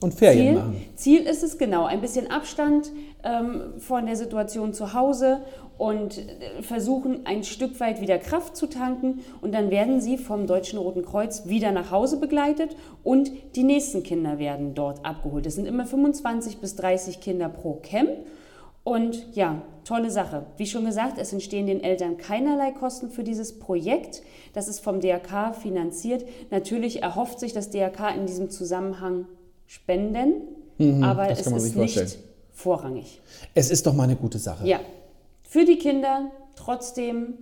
Speaker 2: Und Ferien
Speaker 3: Ziel,
Speaker 2: machen.
Speaker 3: Ziel ist es genau, ein bisschen Abstand ähm, von der Situation zu Hause und äh, versuchen, ein Stück weit wieder Kraft zu tanken. Und dann werden sie vom Deutschen Roten Kreuz wieder nach Hause begleitet und die nächsten Kinder werden dort abgeholt. Es sind immer 25 bis 30 Kinder pro Camp. Und ja, tolle Sache. Wie schon gesagt, es entstehen den Eltern keinerlei Kosten für dieses Projekt. Das ist vom DRK finanziert. Natürlich erhofft sich das DRK in diesem Zusammenhang Spenden, aber
Speaker 2: Mhm, das
Speaker 3: es
Speaker 2: kann man
Speaker 3: ist
Speaker 2: sich
Speaker 3: nicht
Speaker 2: vorstellen.
Speaker 3: vorrangig.
Speaker 2: Es ist doch mal eine gute Sache.
Speaker 3: Ja, für die Kinder trotzdem.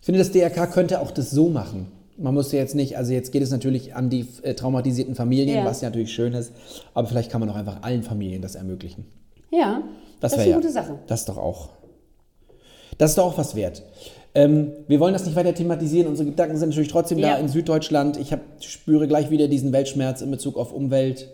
Speaker 2: Ich finde, das DRK könnte auch das so machen. Man muss ja jetzt nicht, also jetzt geht es natürlich an die äh, traumatisierten Familien,
Speaker 3: Ja.
Speaker 2: was ja natürlich schön ist, aber vielleicht kann man auch einfach allen Familien das ermöglichen.
Speaker 3: Ja, das, ist
Speaker 2: wär
Speaker 3: eine
Speaker 2: ja-
Speaker 3: gute Sache.
Speaker 2: Das ist doch auch. Das ist doch auch was wert. Ähm, wir wollen das nicht weiter thematisieren. Unsere Gedanken sind natürlich trotzdem
Speaker 3: Ja.
Speaker 2: da in Süddeutschland. Ich hab, spüre gleich wieder diesen Weltschmerz in Bezug auf Umwelt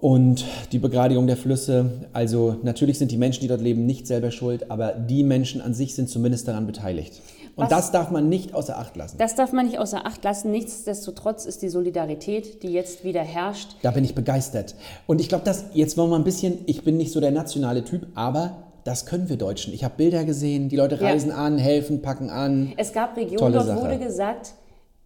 Speaker 2: und die Begradigung der Flüsse. Also natürlich sind die Menschen, die dort leben, nicht selber schuld, aber die Menschen an sich sind zumindest daran beteiligt. Und
Speaker 3: Was-
Speaker 2: das darf man nicht außer Acht lassen.
Speaker 3: Das darf man nicht außer Acht lassen. Nichtsdestotrotz ist die Solidarität, die jetzt wieder herrscht,
Speaker 2: Da bin ich begeistert. Und ich glaube, das, jetzt wollen wir ein bisschen, ich bin nicht so der nationale Typ, aber das können wir Deutschen. Ich habe Bilder gesehen, die Leute
Speaker 3: Ja.
Speaker 2: reisen an, helfen, packen an.
Speaker 3: Es gab Regionen,
Speaker 2: Tolle
Speaker 3: dort
Speaker 2: Sache.
Speaker 3: wurde gesagt,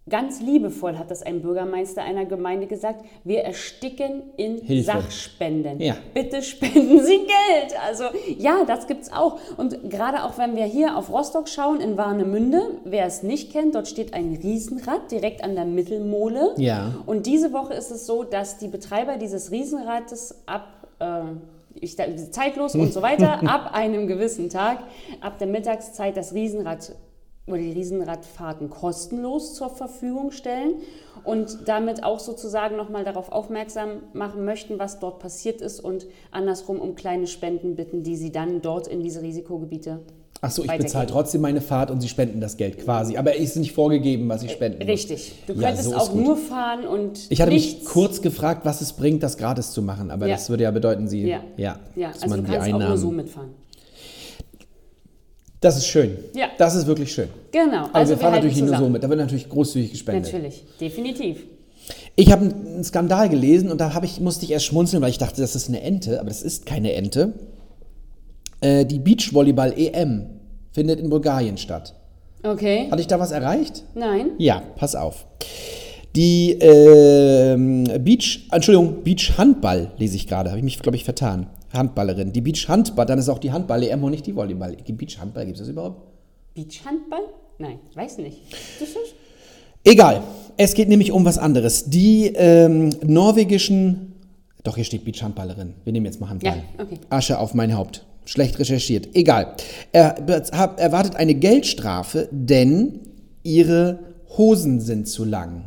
Speaker 3: ganz liebevoll hat das ein Bürgermeister einer Gemeinde gesagt, wir ersticken in
Speaker 2: Hilfe.
Speaker 3: Sachspenden.
Speaker 2: Ja.
Speaker 3: Bitte spenden Sie Geld. Also ja, das gibt's auch. Und gerade auch wenn wir hier auf Rostock schauen, in Warnemünde, wer es nicht kennt, dort steht ein Riesenrad direkt an der Mittelmole.
Speaker 2: Ja.
Speaker 3: Und diese Woche ist es so, dass die Betreiber dieses Riesenrates ab, äh, ich, da- zeitlos und so weiter, ab einem gewissen Tag, ab der Mittagszeit das Riesenrad oder die Riesenradfahrten kostenlos zur Verfügung stellen und damit auch sozusagen nochmal darauf aufmerksam machen möchten, was dort passiert ist und andersrum um kleine Spenden bitten, die sie dann dort in diese Risikogebiete
Speaker 2: Achso, ich
Speaker 3: Weitergehen.
Speaker 2: bezahle trotzdem meine Fahrt und sie spenden das Geld quasi. Aber es ist nicht vorgegeben, was ich spenden muss.
Speaker 3: Richtig. Du
Speaker 2: Genau. Ja,
Speaker 3: könntest
Speaker 2: so ist
Speaker 3: auch
Speaker 2: gut.
Speaker 3: nur fahren und
Speaker 2: Ich hatte mich
Speaker 3: nichts.
Speaker 2: kurz gefragt, was es bringt, das gratis zu machen. Aber
Speaker 3: Ja.
Speaker 2: das würde ja bedeuten, sie,
Speaker 3: Ja. Ja,
Speaker 2: dass
Speaker 3: also du
Speaker 2: man die
Speaker 3: kannst auch nur
Speaker 2: Einnahmen-
Speaker 3: so mitfahren.
Speaker 2: Das ist schön.
Speaker 3: Ja.
Speaker 2: Das ist wirklich schön.
Speaker 3: Genau.
Speaker 2: Also, wir fahren
Speaker 3: halten
Speaker 2: natürlich nicht nur so
Speaker 3: zusammen.
Speaker 2: mit. Da wird natürlich großzügig gespendet.
Speaker 3: Natürlich, definitiv.
Speaker 2: Ich habe einen Skandal gelesen und da hab ich, musste ich erst schmunzeln, weil ich dachte, das ist eine Ente, aber das ist keine Ente. Äh, die Beachvolleyball-EM findet in Bulgarien statt.
Speaker 3: Okay.
Speaker 2: Hatte ich da was erreicht?
Speaker 3: Nein.
Speaker 2: Ja, pass auf. Die ähm, Beach, Entschuldigung, Beachhandball lese ich gerade, habe ich mich, glaube ich, vertan. Handballerin. Die Beachhandball, dann ist auch die Handball-EM und nicht die Volleyball. Die Beachhandball, gibt es das überhaupt?
Speaker 3: Beachhandball? Nein, weiß nicht. Das ist-
Speaker 2: Egal, es geht nämlich um was anderes. Die ähm, norwegischen, doch hier steht Beachhandballerin, wir nehmen jetzt mal Handball.
Speaker 3: Ja, okay.
Speaker 2: Asche auf mein Haupt. Schlecht recherchiert. Egal. Er be- hab- erwartet eine Geldstrafe, denn ihre Hosen sind zu lang.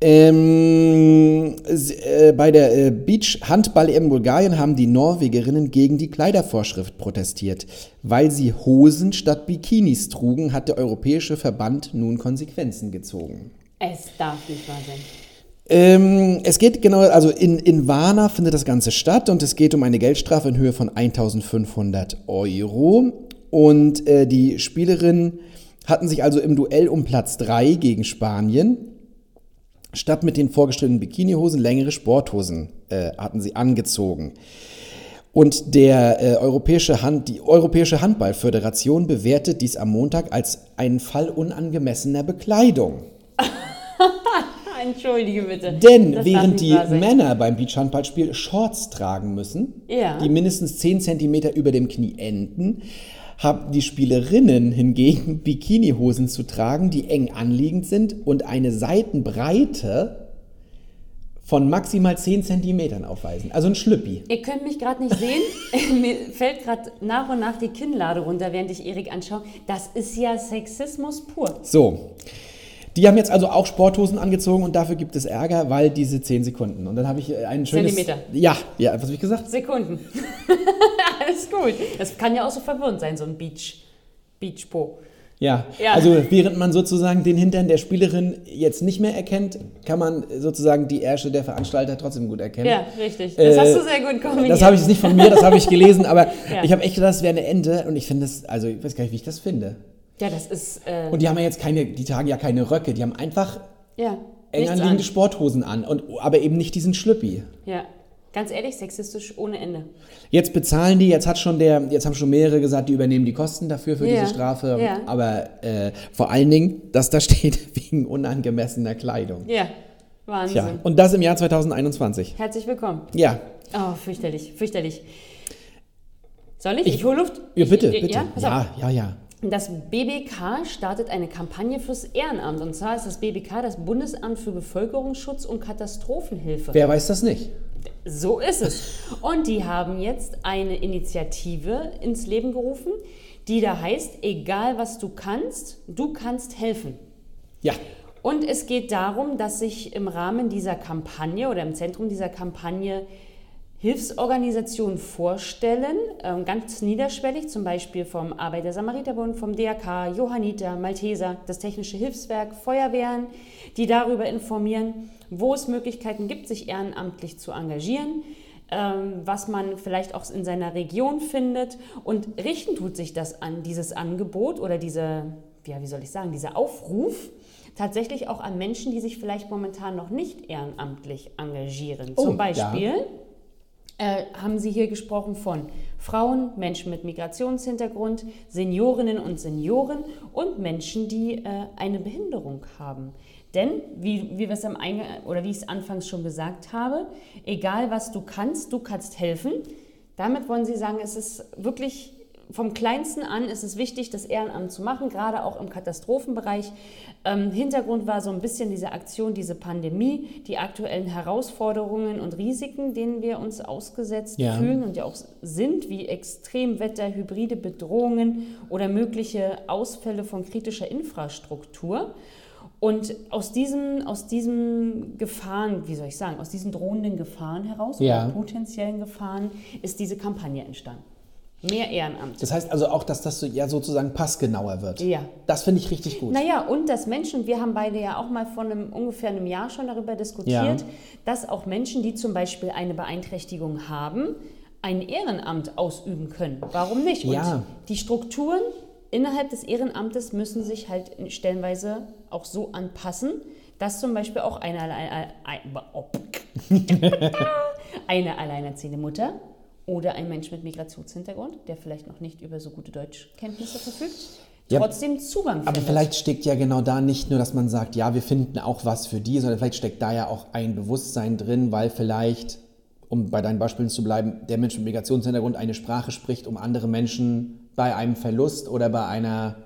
Speaker 2: Ähm, s- äh, bei der äh, Beach-Handball-EM in Bulgarien haben die Norwegerinnen gegen die Kleidervorschrift protestiert. Weil sie Hosen statt Bikinis trugen, hat der Europäische Verband nun Konsequenzen gezogen.
Speaker 3: Es darf nicht wahr sein.
Speaker 2: Ähm, es geht genau, also in, in Warna findet das Ganze statt und es geht um eine Geldstrafe in Höhe von 1500 Euro. Und äh, die Spielerinnen hatten sich also im Duell um Platz 3 gegen Spanien statt mit den vorgestellten Bikinihosen längere Sporthosen äh, hatten sie angezogen. Und der, äh, europäische Hand, die Europäische Handballföderation bewertet dies am Montag als einen Fall unangemessener Bekleidung.
Speaker 3: Ah, Entschuldige bitte.
Speaker 2: Denn
Speaker 3: Das darf
Speaker 2: während
Speaker 3: nicht
Speaker 2: die
Speaker 3: wahr sein.
Speaker 2: Männer beim Beachhandballspiel Shorts tragen müssen,
Speaker 3: Ja.
Speaker 2: die mindestens 10 cm über dem Knie enden, haben die Spielerinnen hingegen Bikinihosen zu tragen, die eng anliegend sind und eine Seitenbreite von maximal 10 cm aufweisen. Also ein Schlüppi.
Speaker 3: Ihr könnt mich gerade nicht sehen. Mir fällt gerade nach und nach die Kinnlade runter, während ich Erik anschaue. Das ist ja Sexismus pur.
Speaker 2: So. Die haben jetzt also auch Sporthosen angezogen und dafür gibt es Ärger, weil diese 10 Sekunden. Und dann habe ich äh, ein schönes...
Speaker 3: Zentimeter.
Speaker 2: Ja, ja, was habe ich gesagt?
Speaker 3: Sekunden. Alles gut. Das kann ja auch so verwirrend sein, so ein Beach. Beachpo.
Speaker 2: Ja.
Speaker 3: Ja.
Speaker 2: also während man sozusagen den Hintern der Spielerin jetzt nicht mehr erkennt, kann man sozusagen die Ärsche der Veranstalter trotzdem gut erkennen.
Speaker 3: Ja, richtig. Das
Speaker 2: Äh,
Speaker 3: hast du sehr gut kombiniert.
Speaker 2: Das habe ich jetzt nicht von mir, das habe ich gelesen, aber
Speaker 3: Ja.
Speaker 2: ich habe echt gedacht, das wäre eine Ente und ich finde das, also ich weiß gar nicht, wie ich das finde.
Speaker 3: Ja, das ist. Äh,
Speaker 2: Und die haben ja jetzt keine, die tragen ja keine Röcke, die haben einfach
Speaker 3: ja.
Speaker 2: eng
Speaker 3: nichts
Speaker 2: anliegende
Speaker 3: an.
Speaker 2: Sporthosen an, und, aber eben nicht diesen Schlüppi.
Speaker 3: Ja. Ganz ehrlich, sexistisch ohne Ende.
Speaker 2: Jetzt bezahlen die, jetzt hat schon der, jetzt haben schon mehrere gesagt, die übernehmen die Kosten dafür für
Speaker 3: Ja,
Speaker 2: diese Strafe.
Speaker 3: ja.
Speaker 2: Aber äh, vor allen Dingen, dass da steht, wegen unangemessener Kleidung.
Speaker 3: Ja. Wahnsinn.
Speaker 2: Tja, und das im Jahr 2021.
Speaker 3: Herzlich willkommen.
Speaker 2: Ja,
Speaker 3: Oh, fürchterlich, fürchterlich. Soll ich?
Speaker 2: Ich-
Speaker 3: Ich, hole Luft.
Speaker 2: ja bitte,
Speaker 3: ich,
Speaker 2: bitte.
Speaker 3: Ja, pass auf.
Speaker 2: ja, ja, ja.
Speaker 3: Das BBK startet eine Kampagne fürs Ehrenamt. Und zwar ist das BBK das Bundesamt für Bevölkerungsschutz und Katastrophenhilfe.
Speaker 2: Wer weiß das nicht?
Speaker 3: So ist es. Und die haben jetzt eine Initiative ins Leben gerufen, die da heißt, egal was du kannst, du kannst helfen.
Speaker 2: Ja,
Speaker 3: Und es geht darum, dass sich im Rahmen dieser Kampagne oder im Zentrum dieser Kampagne Hilfsorganisationen vorstellen, ähm, ganz niederschwellig, zum Beispiel vom Arbeiter-Samariter-Bund, vom DRK, Johanniter, Malteser, das Technische Hilfswerk, Feuerwehren, die darüber informieren, wo es Möglichkeiten gibt, sich ehrenamtlich zu engagieren, ähm, was man vielleicht auch in seiner Region findet. Und richten tut sich das an, dieses Angebot oder diese, ja, wie soll ich sagen, dieser Aufruf tatsächlich auch an Menschen, die sich vielleicht momentan noch nicht ehrenamtlich engagieren.
Speaker 2: Oh,
Speaker 3: Zum
Speaker 2: ja.
Speaker 3: Beispiel äh, haben Sie hier gesprochen von Frauen, Menschen mit Migrationshintergrund, Seniorinnen und Senioren und Menschen, die äh, eine Behinderung haben. Denn, wie, wie wir es am Eingang, oder wie ich es anfangs schon gesagt habe, egal was du kannst, du kannst helfen. Damit wollen Sie sagen, es ist wirklich vom Kleinsten an ist es wichtig, das Ehrenamt zu machen, gerade auch im Katastrophenbereich. Ähm, Hintergrund war so ein bisschen diese Aktion, diese Pandemie, die aktuellen Herausforderungen und Risiken, denen wir uns ausgesetzt
Speaker 2: Ja.
Speaker 3: fühlen und ja auch sind, wie Extremwetter, hybride Bedrohungen oder mögliche Ausfälle von kritischer Infrastruktur. Und aus diesem, aus diesem Gefahren, wie soll ich sagen, aus diesen drohenden Gefahren heraus,
Speaker 2: Ja.
Speaker 3: oder potenziellen Gefahren, ist diese Kampagne entstanden. Mehr Ehrenamt.
Speaker 2: das heißt also auch, dass das so, ja sozusagen passgenauer wird.
Speaker 3: Ja.
Speaker 2: Das finde ich richtig gut.
Speaker 3: Naja, und dass Menschen, wir haben beide ja auch mal vor einem, ungefähr einem Jahr schon darüber diskutiert,
Speaker 2: Ja.
Speaker 3: dass auch Menschen, die zum Beispiel eine Beeinträchtigung haben, ein Ehrenamt ausüben können. Warum nicht? Und
Speaker 2: Ja.
Speaker 3: die Strukturen innerhalb des Ehrenamtes müssen sich halt in- stellenweise auch so anpassen, dass zum Beispiel auch eine, alle- alle- ein- ob- eine alleinerziehende Mutter oder ein Mensch mit Migrationshintergrund, der vielleicht noch nicht über so gute Deutschkenntnisse verfügt,
Speaker 2: Ja.
Speaker 3: trotzdem Zugang
Speaker 2: Aber
Speaker 3: findet.
Speaker 2: vielleicht steckt ja genau da nicht nur, dass man sagt, ja, wir finden auch was für die, sondern vielleicht steckt da ja auch ein Bewusstsein drin, weil vielleicht, um bei deinen Beispielen zu bleiben, der Mensch mit Migrationshintergrund eine Sprache spricht, um andere Menschen bei einem Verlust oder bei einer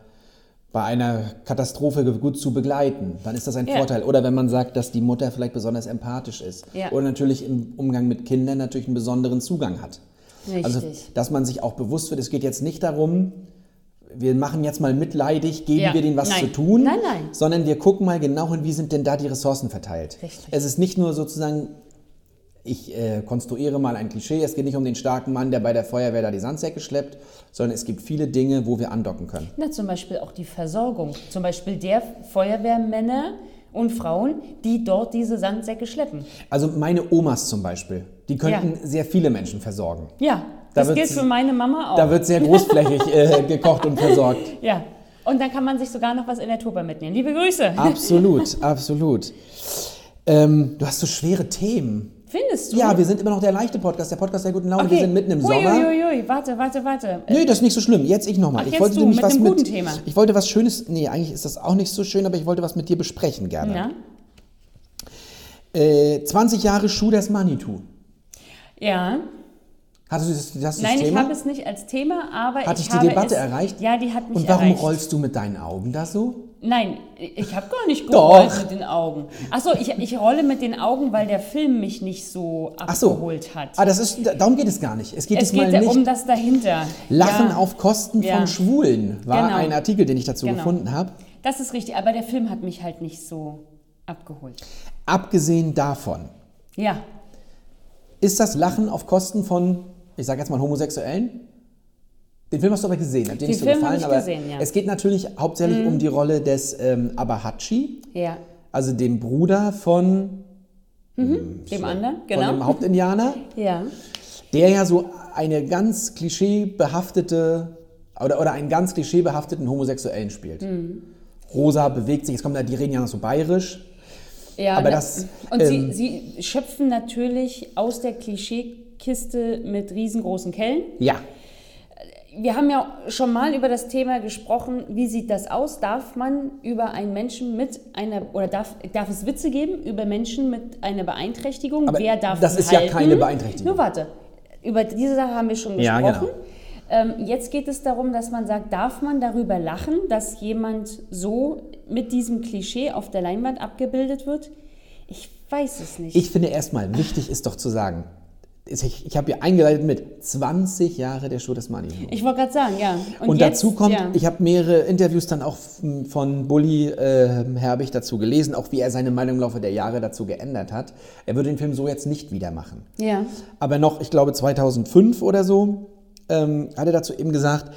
Speaker 2: bei einer Katastrophe ge- gut zu begleiten, dann ist das ein
Speaker 3: Ja.
Speaker 2: Vorteil. Oder wenn man sagt, dass die Mutter vielleicht besonders empathisch ist.
Speaker 3: Ja.
Speaker 2: Oder natürlich im Umgang mit Kindern natürlich einen besonderen Zugang hat.
Speaker 3: Richtig.
Speaker 2: Also, dass man sich auch bewusst wird, es geht jetzt nicht darum, wir machen jetzt mal mitleidig, geben
Speaker 3: Ja.
Speaker 2: wir denen was
Speaker 3: Nein.
Speaker 2: zu tun,
Speaker 3: Nein, nein.
Speaker 2: sondern wir gucken mal genau hin, wie sind denn da die Ressourcen verteilt.
Speaker 3: Richtig.
Speaker 2: Es ist nicht nur sozusagen, ich äh, konstruiere mal ein Klischee, es geht nicht um den starken Mann, der bei der Feuerwehr da die Sandsäcke schleppt, sondern es gibt viele Dinge, wo wir andocken können.
Speaker 3: Na, zum Beispiel auch die Versorgung. Zum Beispiel der Feuerwehrmänner und Frauen, die dort diese Sandsäcke schleppen.
Speaker 2: Also meine Omas zum Beispiel, die könnten
Speaker 3: Ja.
Speaker 2: sehr viele Menschen versorgen.
Speaker 3: Ja,
Speaker 2: Da
Speaker 3: das gilt
Speaker 2: wird's-
Speaker 3: für meine Mama auch.
Speaker 2: Da wird sehr großflächig äh, gekocht und versorgt.
Speaker 3: ja. Und dann kann man sich sogar noch was in der Tupper mitnehmen. Liebe Grüße.
Speaker 2: Ah. Absolut, absolut. Ähm, du hast so schwere Themen.
Speaker 3: Findest du?
Speaker 2: Ja, wir sind immer noch der leichte Podcast, der Podcast der guten Laune.
Speaker 3: okay.
Speaker 2: Wir sind mitten im
Speaker 3: Ui,
Speaker 2: Sommer.
Speaker 3: Ui, ui, warte, warte, warte. Äh,
Speaker 2: Nee, das ist nicht so schlimm. Jetzt ich nochmal.
Speaker 3: Ach,
Speaker 2: Ich
Speaker 3: jetzt
Speaker 2: wollte
Speaker 3: du,
Speaker 2: nämlich
Speaker 3: mit
Speaker 2: was
Speaker 3: einem
Speaker 2: mit.
Speaker 3: guten Thema.
Speaker 2: Ich wollte was Schönes. Nee, eigentlich ist das auch nicht so schön, aber ich wollte was mit dir besprechen gerne.
Speaker 3: Na?
Speaker 2: Äh, 20 Jahre Schuh des Manitou.
Speaker 3: Ja.
Speaker 2: Hattest du das, das, das
Speaker 3: Nein, ich
Speaker 2: Thema?
Speaker 3: habe es nicht als Thema, aber
Speaker 2: Hat
Speaker 3: ich
Speaker 2: dich die
Speaker 3: habe
Speaker 2: Debatte
Speaker 3: es,
Speaker 2: erreicht?
Speaker 3: Ja, die hat mich
Speaker 2: und warum
Speaker 3: erreicht.
Speaker 2: rollst du mit deinen Augen da so?
Speaker 3: Nein, ich habe gar nicht
Speaker 2: Doch.
Speaker 3: gerollt mit den Augen. Achso, ich, ich rolle mit den Augen, weil der Film mich nicht so
Speaker 2: Ach so.
Speaker 3: abgeholt hat.
Speaker 2: Ah, das ist, darum geht es gar nicht. Es geht
Speaker 3: es
Speaker 2: jetzt mal
Speaker 3: geht ja
Speaker 2: nicht.
Speaker 3: um das dahinter.
Speaker 2: Lachen
Speaker 3: ja,
Speaker 2: auf Kosten
Speaker 3: Ja.
Speaker 2: von Schwulen war
Speaker 3: Genau.
Speaker 2: ein Artikel, den ich dazu
Speaker 3: Genau.
Speaker 2: gefunden habe.
Speaker 3: Das ist richtig, aber der Film hat mich halt nicht so abgeholt.
Speaker 2: Abgesehen davon,
Speaker 3: Ja,
Speaker 2: ist das Lachen auf Kosten von, ich sage jetzt mal, Homosexuellen? Den Film hast du aber gesehen, hat dir
Speaker 3: Den
Speaker 2: nicht so
Speaker 3: Film
Speaker 2: gefallen.
Speaker 3: hab ich
Speaker 2: aber
Speaker 3: gesehen, ja. Mhm.
Speaker 2: Es geht natürlich hauptsächlich um die Rolle des ähm, Abahachi,
Speaker 3: ja.
Speaker 2: also dem Bruder von,
Speaker 3: Dem anderen,
Speaker 2: von dem
Speaker 3: genau.
Speaker 2: Hauptindianer,
Speaker 3: Ja.
Speaker 2: der ja so eine ganz klischeebehaftete oder, oder einen ganz klischeebehafteten Homosexuellen spielt.
Speaker 3: Mhm.
Speaker 2: Rosa bewegt sich, jetzt kommen da, die reden ja noch so bayerisch.
Speaker 3: ja
Speaker 2: Aber
Speaker 3: na-
Speaker 2: das,
Speaker 3: Und
Speaker 2: ähm,
Speaker 3: sie, sie schöpfen natürlich aus der Klischeekiste mit riesengroßen Kellen.
Speaker 2: Ja,
Speaker 3: Wir haben ja schon mal über das Thema gesprochen, wie sieht das aus? Darf man über einen Menschen mit einer, oder darf, darf es Witze geben über Menschen mit einer Beeinträchtigung?
Speaker 2: Aber
Speaker 3: Wer darf
Speaker 2: das
Speaker 3: sie
Speaker 2: ist ja
Speaker 3: halten?
Speaker 2: keine Beeinträchtigung.
Speaker 3: Nur warte, über diese Sache haben wir schon
Speaker 2: Ja, genau.
Speaker 3: gesprochen. ähm, jetzt geht es darum, dass man sagt, darf man darüber lachen, dass jemand so mit diesem Klischee auf der Leinwand abgebildet wird? Ich weiß es nicht.
Speaker 2: ich finde erstmal, wichtig ist doch zu sagen, ist- ich, ich habe hier eingeleitet mit 20 Jahre der Show des Money.
Speaker 3: Ich wollte gerade sagen, ja.
Speaker 2: Und,
Speaker 3: jetzt-
Speaker 2: dazu kommt,
Speaker 3: ja.
Speaker 2: ich habe mehrere Interviews dann auch f- von Bully äh, Herbig dazu gelesen, auch wie er seine Meinung im Laufe der Jahre dazu geändert hat. Er würde den Film so jetzt nicht wieder machen.
Speaker 3: ja.
Speaker 2: Aber noch, ich glaube 2005 oder so, ähm, hat er dazu eben gesagt,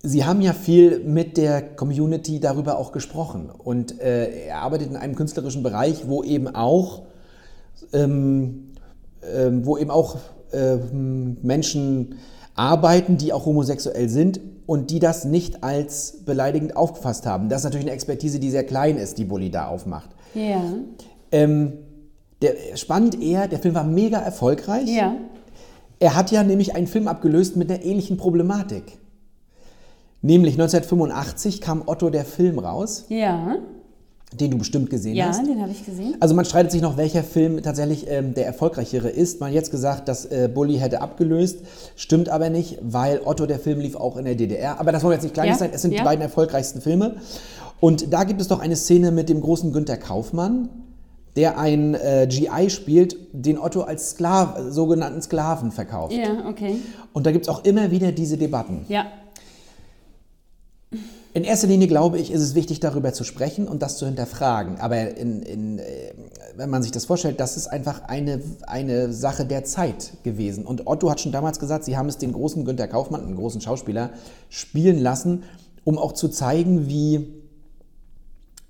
Speaker 2: Sie haben ja viel mit der Community darüber auch gesprochen. Und äh, er arbeitet in einem künstlerischen Bereich, wo eben auch, ähm, ähm, wo eben auch ähm, Menschen arbeiten, die auch homosexuell sind und die das nicht als beleidigend aufgefasst haben. Das ist natürlich eine Expertise, die sehr klein ist, die Bulli da aufmacht.
Speaker 3: Ja.
Speaker 2: Ähm, der, spannend eher, der Film war mega erfolgreich.
Speaker 3: Ja.
Speaker 2: Er hat ja nämlich einen Film abgelöst mit einer ähnlichen Problematik. Nämlich 1985 kam Otto der Film raus,
Speaker 3: Ja.
Speaker 2: den du bestimmt gesehen
Speaker 3: Ja,
Speaker 2: hast.
Speaker 3: den habe ich gesehen.
Speaker 2: Also man streitet sich noch, welcher Film tatsächlich ähm, der erfolgreichere ist. Man hat jetzt gesagt, dass äh, Bully hätte abgelöst, stimmt aber nicht, weil Otto der Film lief auch in der DDR. Aber das soll jetzt nicht klein
Speaker 3: Ja,
Speaker 2: sein, es sind die
Speaker 3: ja.
Speaker 2: beiden erfolgreichsten Filme. Und da gibt es doch eine Szene mit dem großen Günther Kaufmann, der einen äh, GI spielt, den Otto als Sklav, sogenannten Sklaven verkauft.
Speaker 3: Ja, okay.
Speaker 2: Und da gibt es auch immer wieder diese Debatten.
Speaker 3: Ja.
Speaker 2: In erster Linie glaube ich, ist es wichtig, darüber zu sprechen und das zu hinterfragen. Aber in, in, äh, wenn man sich das vorstellt, das ist einfach eine, eine Sache der Zeit gewesen. Und Otto hat schon damals gesagt, sie haben es den großen Günther Kaufmann, einen großen Schauspieler, spielen lassen, um auch zu zeigen, wie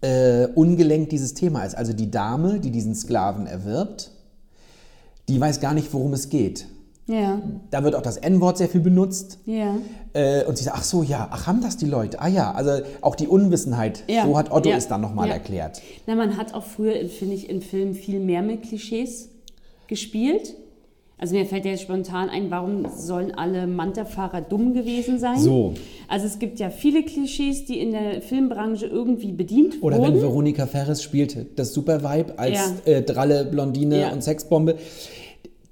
Speaker 2: äh, ungelenkt dieses Thema ist. Also die Dame, die diesen Sklaven erwirbt, die weiß gar nicht, worum es geht.
Speaker 3: Ja.
Speaker 2: Da wird auch das N-Wort sehr viel benutzt.
Speaker 3: Ja.
Speaker 2: Äh, und sie sagt, ach so, ja, ach, haben das die Leute? Ah ja, also auch die Unwissenheit,
Speaker 3: Ja,
Speaker 2: so hat Otto
Speaker 3: ja,
Speaker 2: es dann nochmal
Speaker 3: ja.
Speaker 2: erklärt.
Speaker 3: Na, man hat auch früher, finde ich, in Filmen viel mehr mit Klischees gespielt. Also mir fällt jetzt spontan ein, warum sollen alle Manta-Fahrer dumm gewesen sein?
Speaker 2: So.
Speaker 3: Also es gibt ja viele Klischees, die in der Filmbranche irgendwie bedient
Speaker 2: Oder
Speaker 3: wurden.
Speaker 2: wenn Veronika Ferris spielte, das Supervibe als
Speaker 3: Ja.
Speaker 2: äh, dralle Blondine
Speaker 3: Ja.
Speaker 2: und Sexbombe.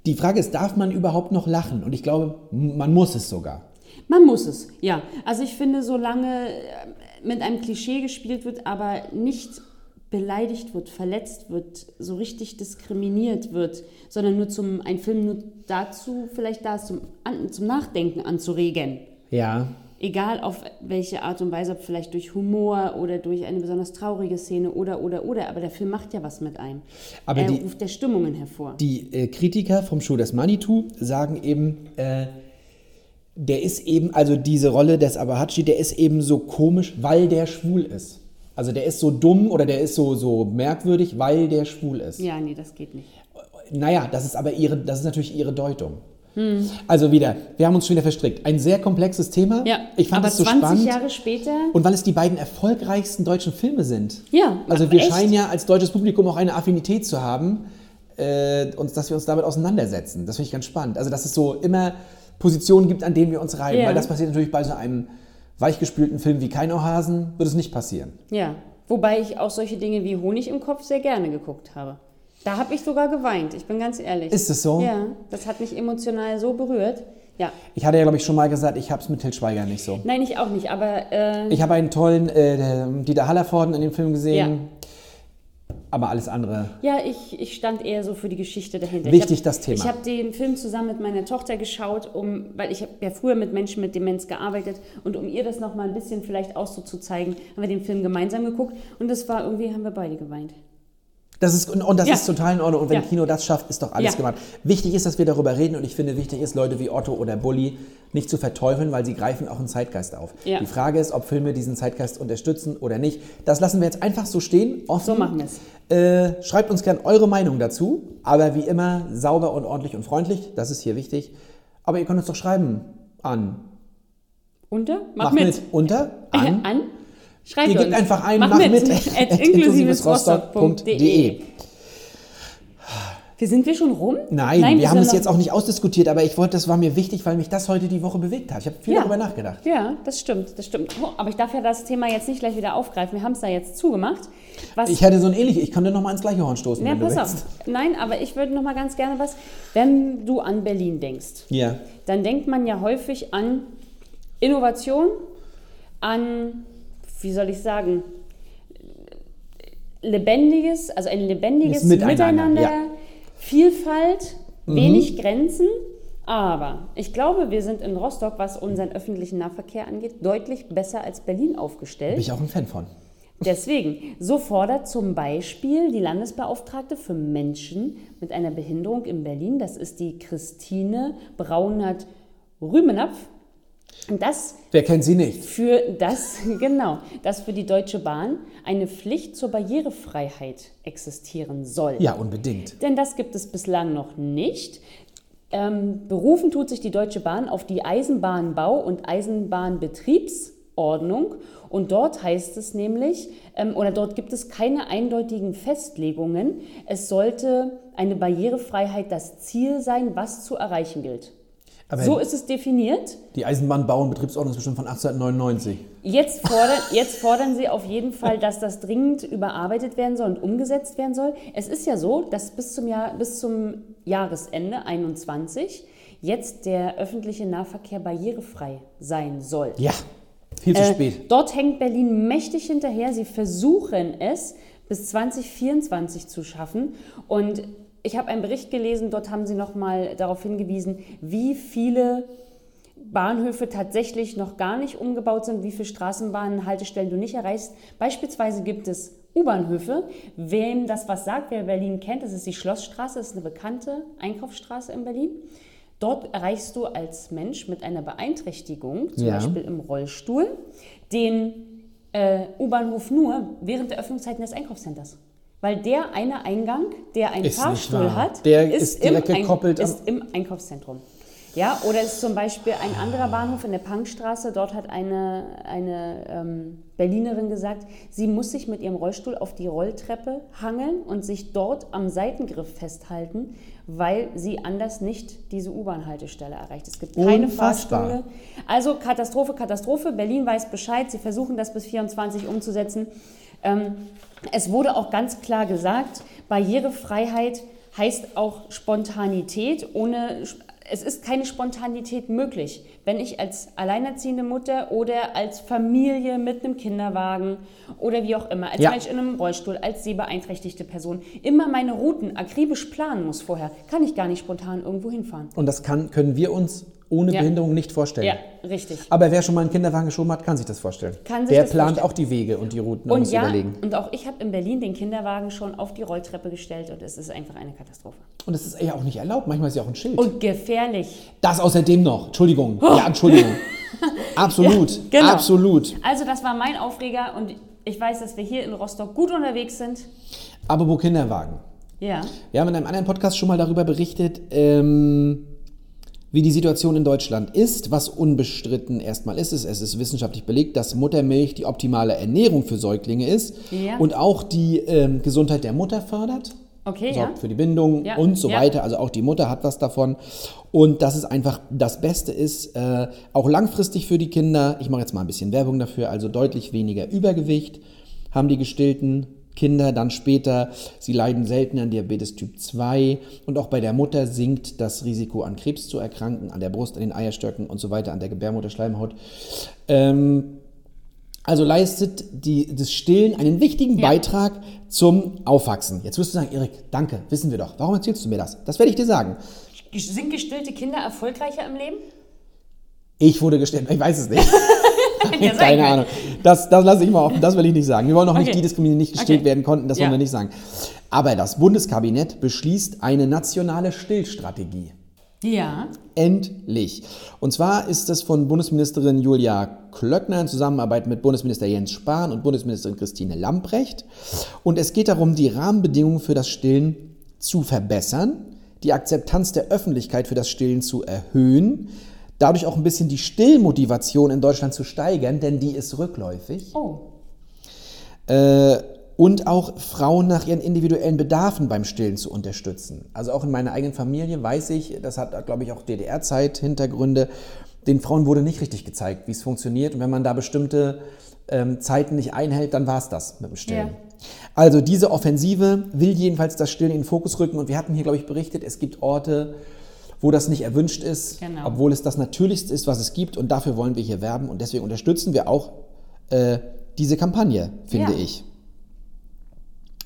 Speaker 2: Die Frage ist, darf man überhaupt noch lachen? Und ich glaube, m- man muss es sogar.
Speaker 3: Man muss es, ja. Also ich finde, solange äh, mit einem Klischee gespielt wird, aber nicht beleidigt wird, verletzt wird, so richtig diskriminiert wird, sondern nur zum, ein Film nur dazu vielleicht da ist, zum, an, zum Nachdenken anzuregen.
Speaker 2: Ja.
Speaker 3: Egal auf welche Art und Weise, ob vielleicht durch Humor oder durch eine besonders traurige Szene oder, oder, oder, aber der Film macht ja was mit einem.
Speaker 2: Aber
Speaker 3: er
Speaker 2: die-
Speaker 3: ruft der Stimmungen hervor.
Speaker 2: Die äh, Kritiker vom Schuh des Manitou sagen eben, äh, der ist eben, also diese Rolle des Abahachi, der ist eben so komisch, weil der schwul ist. Also der ist so dumm oder der ist so, so merkwürdig, weil der schwul ist.
Speaker 3: ja, nee, das geht nicht.
Speaker 2: Naja, das ist aber ihre, das ist natürlich ihre Deutung. Also wieder, wir haben uns schon wieder verstrickt. Ein sehr komplexes Thema.
Speaker 3: Ja,
Speaker 2: ich fand
Speaker 3: aber
Speaker 2: es so
Speaker 3: 20
Speaker 2: spannend.
Speaker 3: Jahre später,
Speaker 2: Und weil es die beiden erfolgreichsten deutschen Filme sind.
Speaker 3: Ja,
Speaker 2: Also wir
Speaker 3: echt.
Speaker 2: scheinen ja als deutsches Publikum auch eine Affinität zu haben, äh, uns, dass wir uns damit auseinandersetzen. Das finde ich ganz spannend. Also dass es so immer Positionen gibt, an denen wir uns reiben.
Speaker 3: Ja.
Speaker 2: Weil das passiert natürlich bei so einem weichgespülten Film wie Keinauhasen, würde es nicht passieren.
Speaker 3: ja, wobei ich auch solche Dinge wie Honig im Kopf sehr gerne geguckt habe. Da habe ich sogar geweint, ich bin ganz ehrlich.
Speaker 2: Ist es so?
Speaker 3: Ja, das hat mich emotional so berührt. Ja,
Speaker 2: Ich hatte ja, glaube ich, schon mal gesagt, ich habe es mit Til Schweiger nicht so.
Speaker 3: nein, ich auch nicht, aber äh,
Speaker 2: Ich habe einen tollen äh, der- Dieter Hallervorden in dem Film gesehen, aber alles andere.
Speaker 3: ja, ich, ich stand eher so für die Geschichte dahinter.
Speaker 2: Wichtig,
Speaker 3: ich hab,
Speaker 2: das Thema.
Speaker 3: Ich habe den Film zusammen mit meiner Tochter geschaut, um, weil ich habe ja früher mit Menschen mit Demenz gearbeitet und um ihr das nochmal ein bisschen vielleicht auch so zu zeigen, haben wir den Film gemeinsam geguckt und das war irgendwie, haben wir beide geweint.
Speaker 2: Das ist, und, und das
Speaker 3: Ja.
Speaker 2: ist total in Ordnung. Und wenn
Speaker 3: Ja.
Speaker 2: Kino das schafft, ist doch alles
Speaker 3: Ja.
Speaker 2: gemacht. Wichtig ist, dass wir darüber reden. Und ich finde, wichtig ist, Leute wie Otto oder Bulli nicht zu verteufeln, weil sie greifen auch einen Zeitgeist auf.
Speaker 3: Ja.
Speaker 2: Die Frage ist, ob Filme diesen Zeitgeist unterstützen oder nicht. Das lassen wir jetzt einfach so stehen. Offen.
Speaker 3: So machen wir's.
Speaker 2: Äh, schreibt uns gern eure Meinung dazu. Aber wie immer, sauber und ordentlich und freundlich. Das ist hier wichtig. Aber ihr könnt uns doch schreiben an.
Speaker 3: Unter? äh, Mach,
Speaker 2: Mach
Speaker 3: mit.
Speaker 2: mit. Unter. An.
Speaker 3: an. Schreibt
Speaker 2: Ihr gebt
Speaker 3: uns.
Speaker 2: einfach ein, mach mit.
Speaker 3: At
Speaker 2: At
Speaker 3: inklusivesrostock.de. E.
Speaker 2: inklusivesrostock.de.
Speaker 3: Wir sind wir schon rum?
Speaker 2: Nein, wir haben
Speaker 3: sind
Speaker 2: es
Speaker 3: noch-
Speaker 2: jetzt auch nicht ausdiskutiert, aber ich wollte, das war mir wichtig, weil mich das heute die Woche bewegt hat. Ich habe viel
Speaker 3: Ja.
Speaker 2: darüber nachgedacht.
Speaker 3: Ja, das stimmt, das stimmt. Oh, aber ich darf ja das Thema jetzt nicht gleich wieder aufgreifen. Wir haben es da jetzt zugemacht. Was
Speaker 2: Ich hätte so ein ähnliches, ich könnte nochmal ins gleiche Horn stoßen,
Speaker 3: ja,
Speaker 2: wenn du
Speaker 3: pass
Speaker 2: willst.
Speaker 3: auf. Nein, aber ich würde noch mal ganz gerne was, wenn du an Berlin denkst.
Speaker 2: Ja.
Speaker 3: dann denkt man ja häufig an Innovation, an, wie soll ich sagen, lebendiges, also ein lebendiges
Speaker 2: Das Miteinander,
Speaker 3: Miteinander,
Speaker 2: ja. Mhm.
Speaker 3: Vielfalt, wenig Grenzen. Aber ich glaube, wir sind in Rostock, was unseren öffentlichen Nahverkehr angeht, deutlich besser als Berlin aufgestellt.
Speaker 2: Bin ich auch ein Fan von.
Speaker 3: Deswegen, so fordert zum Beispiel die Landesbeauftragte für Menschen mit einer Behinderung in Berlin, das ist die Christine Braunert-Rümenapf, dass
Speaker 2: Wer kennt sie nicht?
Speaker 3: für das, genau, dass für die Deutsche Bahn eine Pflicht zur Barrierefreiheit existieren soll.
Speaker 2: Ja, unbedingt.
Speaker 3: Denn das gibt es bislang noch nicht. Ähm, berufen tut sich die Deutsche Bahn auf die Eisenbahnbau- und Eisenbahnbetriebsordnung. Und dort heißt es nämlich, ähm, oder dort gibt es keine eindeutigen Festlegungen, es sollte eine Barrierefreiheit das Ziel sein, was zu erreichen gilt.
Speaker 2: Aber
Speaker 3: so ist es definiert.
Speaker 2: die Eisenbahnbau- und Betriebsordnung ist bestimmt von 1899.
Speaker 3: Jetzt fordern, jetzt fordern sie auf jeden Fall, dass das dringend überarbeitet werden soll und umgesetzt werden soll. Es ist ja so, dass bis zum, Jahr, bis zum Jahresende 21 jetzt der öffentliche Nahverkehr barrierefrei sein soll.
Speaker 2: Ja, viel zu
Speaker 3: Äh,
Speaker 2: spät.
Speaker 3: Dort hängt Berlin mächtig hinterher. Sie versuchen es bis 2024 zu schaffen. Und ich habe einen Bericht gelesen, dort haben sie nochmal darauf hingewiesen, wie viele Bahnhöfe tatsächlich noch gar nicht umgebaut sind, wie viele Straßenbahnen, Haltestellen du nicht erreichst. Beispielsweise gibt es U-Bahnhöfe. Wem das was sagt, wer Berlin kennt, das ist die Schlossstraße, das ist eine bekannte Einkaufsstraße in Berlin. Dort erreichst du als Mensch mit einer Beeinträchtigung, zum
Speaker 2: Ja.
Speaker 3: Beispiel im Rollstuhl, den äh, U-Bahnhof nur während der Öffnungszeiten des Einkaufscenters. Weil der eine Eingang, der einen
Speaker 2: Ist nicht
Speaker 3: Fahrstuhl
Speaker 2: wahr.
Speaker 3: hat,
Speaker 2: Der ist direkt
Speaker 3: im Ein-
Speaker 2: gekoppelt am-
Speaker 3: ist im Einkaufszentrum. Ja, oder ist zum Beispiel ein anderer Bahnhof in der Pankstraße, dort hat eine, eine ähm, Berlinerin gesagt, sie muss sich mit ihrem Rollstuhl auf die Rolltreppe hangeln und sich dort am Seitengriff festhalten, weil sie anders nicht diese U-Bahn-Haltestelle erreicht. Es gibt keine
Speaker 2: Unfassbar.
Speaker 3: Fahrstühle. Also Katastrophe, Katastrophe. Berlin weiß Bescheid. Sie versuchen das bis 24 umzusetzen. Ähm, es wurde auch ganz klar gesagt, Barrierefreiheit heißt auch Spontanität, ohne es ist keine Spontanität möglich. Wenn ich als alleinerziehende Mutter oder als Familie mit einem Kinderwagen oder wie auch immer, als
Speaker 2: Ja.
Speaker 3: Mensch in einem Rollstuhl, als sehbeeinträchtigte Person immer meine Routen akribisch planen muss vorher, kann ich gar nicht spontan irgendwo hinfahren.
Speaker 2: Und das kann, können wir uns ohne
Speaker 3: Ja.
Speaker 2: Behinderung nicht vorstellen.
Speaker 3: Ja, richtig.
Speaker 2: Aber wer schon mal einen Kinderwagen geschoben hat, kann sich das vorstellen.
Speaker 3: Kann sich
Speaker 2: der
Speaker 3: das
Speaker 2: plant
Speaker 3: vorstellen.
Speaker 2: auch die Wege und die Routen
Speaker 3: Und
Speaker 2: muss
Speaker 3: ja,
Speaker 2: überlegen.
Speaker 3: und auch ich habe in Berlin den Kinderwagen schon auf die Rolltreppe gestellt und es ist einfach eine Katastrophe.
Speaker 2: Und es ist ja auch nicht erlaubt. Manchmal ist ja auch ein Schild.
Speaker 3: Und gefährlich.
Speaker 2: das außerdem noch. Entschuldigung. Ja, Entschuldigung. Absolut.
Speaker 3: Oh. Ja, genau.
Speaker 2: Absolut.
Speaker 3: Also das war mein Aufreger und ich weiß, dass wir hier in Rostock gut unterwegs sind.
Speaker 2: Aber wo Kinderwagen?
Speaker 3: Ja.
Speaker 2: Wir haben in einem anderen Podcast schon mal darüber berichtet, ähm, wie die Situation in Deutschland ist, was unbestritten erstmal ist. Es es ist wissenschaftlich belegt, dass Muttermilch die optimale Ernährung für Säuglinge ist
Speaker 3: Ja.
Speaker 2: und auch die ähm, Gesundheit der Mutter fördert.
Speaker 3: Okay, ja.
Speaker 2: Sorgt Also für die Bindung
Speaker 3: Ja,
Speaker 2: und so
Speaker 3: ja.
Speaker 2: weiter. Also auch die Mutter hat was davon. Und dass es einfach das Beste ist, äh, auch langfristig für die Kinder. Ich mache jetzt mal ein bisschen Werbung dafür. Also deutlich weniger Übergewicht haben die gestillten Kinder dann später. Sie leiden selten an Diabetes Typ 2. Und auch bei der Mutter sinkt das Risiko, an Krebs zu erkranken, an der Brust, an den Eierstöcken und so weiter, an der Gebärmutterschleimhaut. Ähm, also leistet die, das Stillen einen wichtigen
Speaker 3: Ja.
Speaker 2: Beitrag zum Aufwachsen. Jetzt wirst du sagen, Erik, danke, wissen wir doch. Warum erzählst du mir das? Das werde ich dir sagen.
Speaker 3: Sind gestillte Kinder erfolgreicher im Leben?
Speaker 2: Ich wurde gestillt, ich weiß es nicht.
Speaker 3: Ja, sag
Speaker 2: Keine
Speaker 3: mal.
Speaker 2: Ahnung. Das, das lasse ich mal offen, das will ich nicht sagen. Wir wollen auch nicht
Speaker 3: Okay.
Speaker 2: die diskriminieren, die nicht gestillt
Speaker 3: Okay.
Speaker 2: werden konnten, das
Speaker 3: Ja.
Speaker 2: wollen wir nicht sagen. Aber das Bundeskabinett beschließt eine nationale Stillstrategie.
Speaker 3: Ja.
Speaker 2: Endlich. Und zwar ist das von Bundesministerin Julia Klöckner in Zusammenarbeit mit Bundesminister Jens Spahn und Bundesministerin Christine Lamprecht. Und es geht darum, die Rahmenbedingungen für das Stillen zu verbessern, die Akzeptanz der Öffentlichkeit für das Stillen zu erhöhen, dadurch auch ein bisschen die Stillmotivation in Deutschland zu steigern, denn die ist rückläufig
Speaker 3: Oh.
Speaker 2: und auch Frauen nach ihren individuellen Bedarfen beim Stillen zu unterstützen. Also auch in meiner eigenen Familie weiß ich, das hat, glaube ich, auch DDR-Zeit Hintergründe, den Frauen wurde nicht richtig gezeigt, wie es funktioniert. Und wenn man da bestimmte ähm, Zeiten nicht einhält, dann war es das mit dem Stillen.
Speaker 3: Ja.
Speaker 2: Also diese Offensive will jedenfalls das Stillen in den Fokus rücken. Und wir hatten hier, glaube ich, berichtet, es gibt Orte, wo das nicht erwünscht ist,
Speaker 3: Genau.
Speaker 2: obwohl es das Natürlichste ist, was es gibt. Und dafür wollen wir hier werben. Und deswegen unterstützen wir auch äh, diese Kampagne, finde
Speaker 3: Ja.
Speaker 2: ich.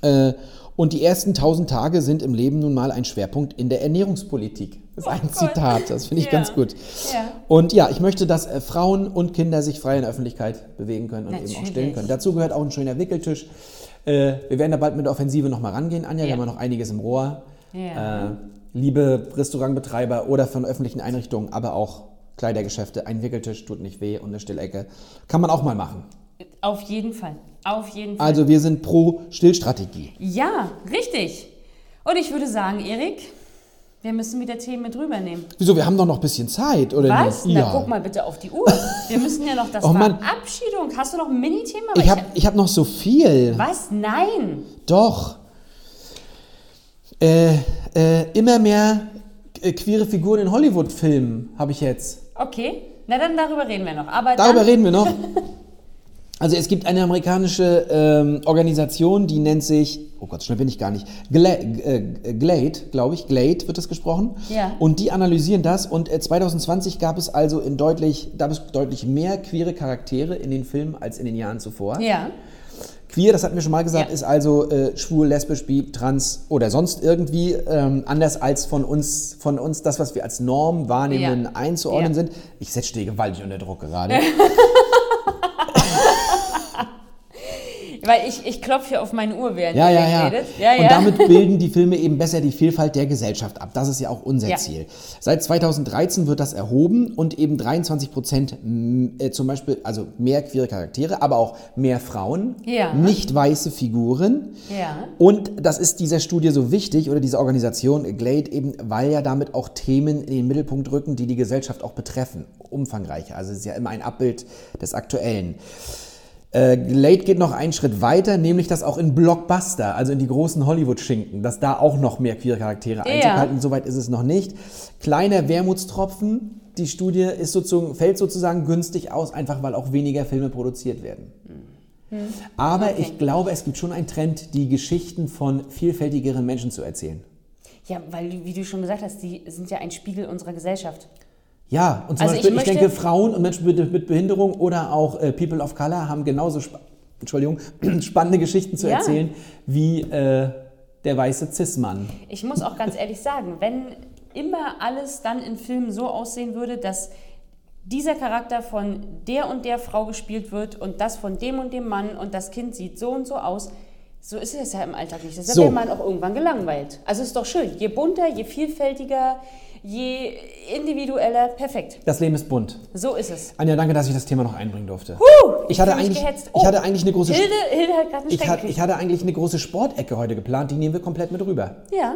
Speaker 2: Äh, und die ersten 1000 Tage sind im Leben nun mal ein Schwerpunkt in der Ernährungspolitik. Das ist ein Zitat, das finde ich
Speaker 3: Oh Ja.
Speaker 2: ganz gut.
Speaker 3: Ja.
Speaker 2: Und ja, ich möchte, dass äh, Frauen und Kinder sich frei in der Öffentlichkeit bewegen können und eben auch stillen
Speaker 3: Natürlich.
Speaker 2: können. Dazu gehört auch ein schöner Wickeltisch. Äh, wir werden da bald mit der Offensive nochmal rangehen, Anja. Wir
Speaker 3: Ja.
Speaker 2: haben ja noch einiges im Rohr.
Speaker 3: Ja.
Speaker 2: Äh, liebe Restaurantbetreiber oder von öffentlichen Einrichtungen, aber auch Kleidergeschäfte, ein Wickeltisch tut nicht weh und eine Stillecke. Kann man auch mal machen.
Speaker 3: Auf jeden Fall. Auf jeden Fall.
Speaker 2: Also wir sind pro Stillstrategie.
Speaker 3: Ja, richtig. Und ich würde sagen, Erik, wir müssen wieder Themen mit rübernehmen.
Speaker 2: Wieso, wir haben doch noch ein bisschen Zeit, oder
Speaker 3: Was?
Speaker 2: nicht?
Speaker 3: Na, guck mal bitte auf die Uhr. Wir müssen ja noch das
Speaker 2: Oh, Mann.
Speaker 3: Verabschiedung. Hast du noch ein Mini-Thema?
Speaker 2: Ich habe ich hab noch so viel.
Speaker 3: Was? Nein.
Speaker 2: Doch. Äh, äh, immer mehr äh, queere Figuren in Hollywood-Filmen habe ich jetzt.
Speaker 3: Okay. Na dann darüber reden wir noch. Aber
Speaker 2: Darüber
Speaker 3: dann,
Speaker 2: reden wir noch. Also es gibt eine amerikanische ähm, Organisation, die nennt sich, oh Gott, schnell bin ich gar nicht, Gla äh, Glade, glaube ich, Glade wird das gesprochen.
Speaker 3: Ja.
Speaker 2: Und die analysieren das und äh, 2020 gab es also in deutlich, gab es deutlich mehr queere Charaktere in den Filmen als in den Jahren zuvor.
Speaker 3: Ja.
Speaker 2: Queer, das hatten wir schon mal gesagt,
Speaker 3: Ja.
Speaker 2: ist also äh, schwul, lesbisch, bi, trans oder sonst irgendwie ähm, anders als von uns, von uns das, was wir als Norm wahrnehmen,
Speaker 3: Ja.
Speaker 2: einzuordnen
Speaker 3: Ja.
Speaker 2: sind. Ich setze dir gewaltig unter Druck gerade.
Speaker 3: Weil ich, ich klopfe hier auf meine Uhr, während
Speaker 2: Ja,
Speaker 3: ihr
Speaker 2: ja, ja.
Speaker 3: redet. ja, ja.
Speaker 2: Und damit bilden die Filme eben besser die Vielfalt der Gesellschaft ab. Das ist ja auch unser
Speaker 3: Ja.
Speaker 2: Ziel. Seit 2013 wird das erhoben und eben 23 Prozent äh, zum Beispiel, also mehr queere Charaktere, aber auch mehr Frauen,
Speaker 3: Ja.
Speaker 2: nicht weiße Figuren.
Speaker 3: Ja.
Speaker 2: Und das ist dieser Studie so wichtig oder dieser Organisation äh, Glade eben, weil ja damit auch Themen in den Mittelpunkt rücken, die die Gesellschaft auch betreffen. Umfangreicher. Also es ist ja immer ein Abbild des Aktuellen. Äh, Glade geht noch einen Schritt weiter, nämlich dass auch in Blockbuster, also in die großen Hollywood-Schinken, dass da auch noch mehr queere Charaktere
Speaker 3: Ja.
Speaker 2: Einzug halten. Soweit ist es noch nicht. Kleiner Wermutstropfen. Die Studie ist sozusagen, fällt sozusagen günstig aus, einfach weil auch weniger Filme produziert werden. Aber ich glaube, es gibt schon einen Trend, die Geschichten von vielfältigeren Menschen zu erzählen.
Speaker 3: Ja, weil, wie du schon gesagt hast, die sind ja ein Spiegel unserer Gesellschaft.
Speaker 2: Ja, und zum
Speaker 3: Also ich
Speaker 2: Beispiel, ich,
Speaker 3: möchte-
Speaker 2: denke, Frauen und Menschen mit, mit Behinderung oder auch äh, People of Color haben genauso spa Entschuldigung, spannende Geschichten zu
Speaker 3: Ja.
Speaker 2: erzählen wie äh, der weiße Cis-Mann.
Speaker 3: Ich muss auch ganz ehrlich sagen, wenn immer alles dann in Filmen so aussehen würde, dass dieser Charakter von der und der Frau gespielt wird und das von dem und dem Mann und das Kind sieht so und so aus, so ist es ja im Alltag nicht. Deshalb
Speaker 2: So.
Speaker 3: wäre man auch irgendwann gelangweilt. Also ist doch schön. Je bunter, je vielfältiger, je individueller, perfekt.
Speaker 2: Das Leben ist bunt.
Speaker 3: So ist es.
Speaker 2: Anja, danke, dass ich das Thema noch einbringen durfte. ich, hatte
Speaker 3: fühl mich
Speaker 2: eigentlich,
Speaker 3: gehetzt.
Speaker 2: ich
Speaker 3: Oh.
Speaker 2: hatte eigentlich eine große
Speaker 3: Hilde, Hilde hat gerade einen
Speaker 2: Also ich, hat,
Speaker 3: Schreck.
Speaker 2: ich hatte eigentlich eine große Sportecke heute geplant, die nehmen wir komplett mit rüber.
Speaker 3: Ja,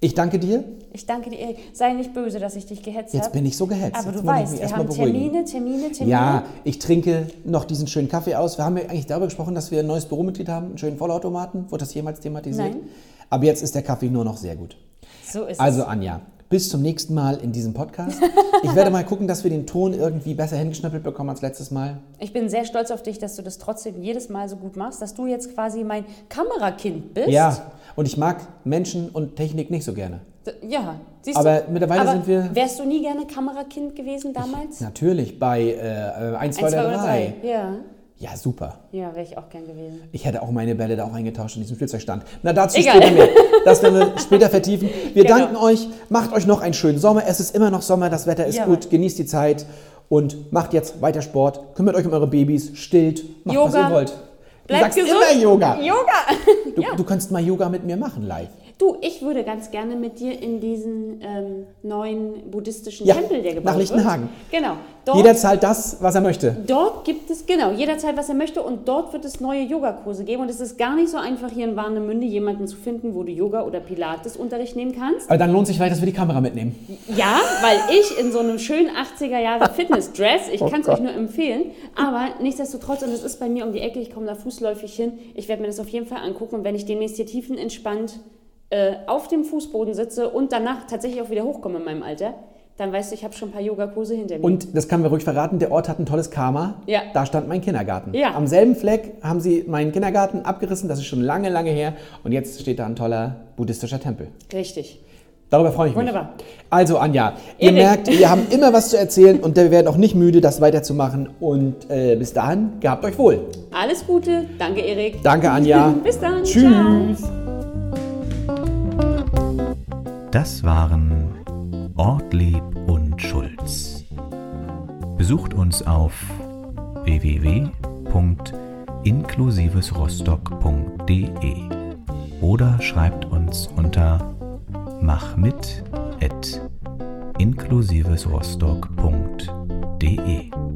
Speaker 2: Ich danke dir.
Speaker 3: ich danke dir. Erik. Sei nicht böse, dass ich dich gehetzt habe.
Speaker 2: Jetzt bin ich so gehetzt. Jetzt
Speaker 3: Aber du
Speaker 2: muss ich mich
Speaker 3: weißt, wir
Speaker 2: erst mal
Speaker 3: haben
Speaker 2: beruhigen.
Speaker 3: Termine, Termine, Termine.
Speaker 2: Ja, ich trinke noch diesen schönen Kaffee aus. Wir haben ja eigentlich darüber gesprochen, dass wir ein neues Büromitglied haben, einen schönen Vollautomaten. Wurde das jemals thematisiert?
Speaker 3: Nein.
Speaker 2: Aber jetzt ist der Kaffee nur noch sehr gut.
Speaker 3: So ist
Speaker 2: Also
Speaker 3: es.
Speaker 2: Anja, bis zum nächsten Mal in diesem Podcast. Ich werde mal gucken, dass wir den Ton irgendwie besser hingeschnüppelt bekommen als letztes Mal.
Speaker 3: Ich bin sehr stolz auf dich, dass du das trotzdem jedes Mal so gut machst, dass du jetzt quasi mein Kamerakind bist.
Speaker 2: Ja, und ich mag Menschen und Technik nicht so gerne.
Speaker 3: D- Ja, siehst
Speaker 2: Aber
Speaker 3: du.
Speaker 2: mittlerweile
Speaker 3: Aber
Speaker 2: sind wir-
Speaker 3: Wärst du nie gerne Kamerakind gewesen damals?
Speaker 2: Natürlich, bei äh, 1, 2
Speaker 3: Eins,
Speaker 2: oder
Speaker 3: zwei oder
Speaker 2: 3.
Speaker 3: drei. Ja,
Speaker 2: Ja, super.
Speaker 3: ja wäre ich auch gern gewesen.
Speaker 2: Ich hätte auch meine Bälle da auch eingetauscht in diesem Spielzeugstand. Na, dazu
Speaker 3: Egal.
Speaker 2: später mehr. Das werden wir später vertiefen. Wir
Speaker 3: Genau.
Speaker 2: danken euch. Macht euch noch einen schönen Sommer. Es ist immer noch Sommer. Das Wetter ist
Speaker 3: Ja.
Speaker 2: gut. Genießt die Zeit und macht jetzt weiter Sport. Kümmert euch um eure Babys. Stillt. Macht, was
Speaker 3: Yoga.
Speaker 2: ihr wollt. Du
Speaker 3: Bleibt
Speaker 2: sagst
Speaker 3: gesund.
Speaker 2: immer Yoga.
Speaker 3: Yoga!
Speaker 2: Du, du könntest mal Yoga mit mir machen live.
Speaker 3: Du, ich würde ganz gerne mit dir in diesen ähm, neuen buddhistischen
Speaker 2: Ja,
Speaker 3: Tempel, der gebaut
Speaker 2: nach Lichtenhagen.
Speaker 3: wird. Genau. Dort,
Speaker 2: Jeder zahlt das, was er möchte.
Speaker 3: dort gibt es, genau, jederzeit, was er möchte. Und dort wird es neue Yogakurse geben. Und es ist gar nicht so einfach, hier in Warnemünde jemanden zu finden, wo du Yoga- oder Pilates-Unterricht nehmen kannst.
Speaker 2: Aber dann lohnt sich vielleicht, dass wir die Kamera mitnehmen.
Speaker 3: Ja, weil ich in so einem schönen 80er Jahre Fitness-Dress,
Speaker 2: Oh
Speaker 3: ich kann es euch nur empfehlen, aber nichtsdestotrotz, und es ist bei mir um die Ecke, ich komme da fußläufig hin, ich werde mir das auf jeden Fall angucken und wenn ich demnächst hier tiefenentspannt äh, auf dem Fußboden sitze und danach tatsächlich auch wieder hochkomme in meinem Alter, dann weißt du, ich habe schon ein paar Yogakurse hinter mir.
Speaker 2: Und das kann wir ruhig verraten, der Ort hat ein tolles Karma.
Speaker 3: Ja.
Speaker 2: Da stand mein Kindergarten.
Speaker 3: Ja.
Speaker 2: Am selben Fleck haben sie meinen Kindergarten abgerissen, das ist schon lange, lange her. Und jetzt steht da ein toller buddhistischer Tempel.
Speaker 3: Richtig.
Speaker 2: Darüber freue ich mich.
Speaker 3: Wunderbar.
Speaker 2: Also Anja, ihr
Speaker 3: Erik.
Speaker 2: merkt, wir haben immer was zu erzählen und wir werden auch nicht müde, das weiterzumachen. Und äh, bis dahin, gehabt euch wohl.
Speaker 3: Alles Gute, danke Erik.
Speaker 2: Danke Anja.
Speaker 3: Bis dann.
Speaker 2: Tschüss.
Speaker 3: Ciao.
Speaker 1: Das waren Ortlieb und Schulz. Besucht uns auf www.inklusivesrostock.de oder schreibt uns unter machmit@inklusivesrostock.de.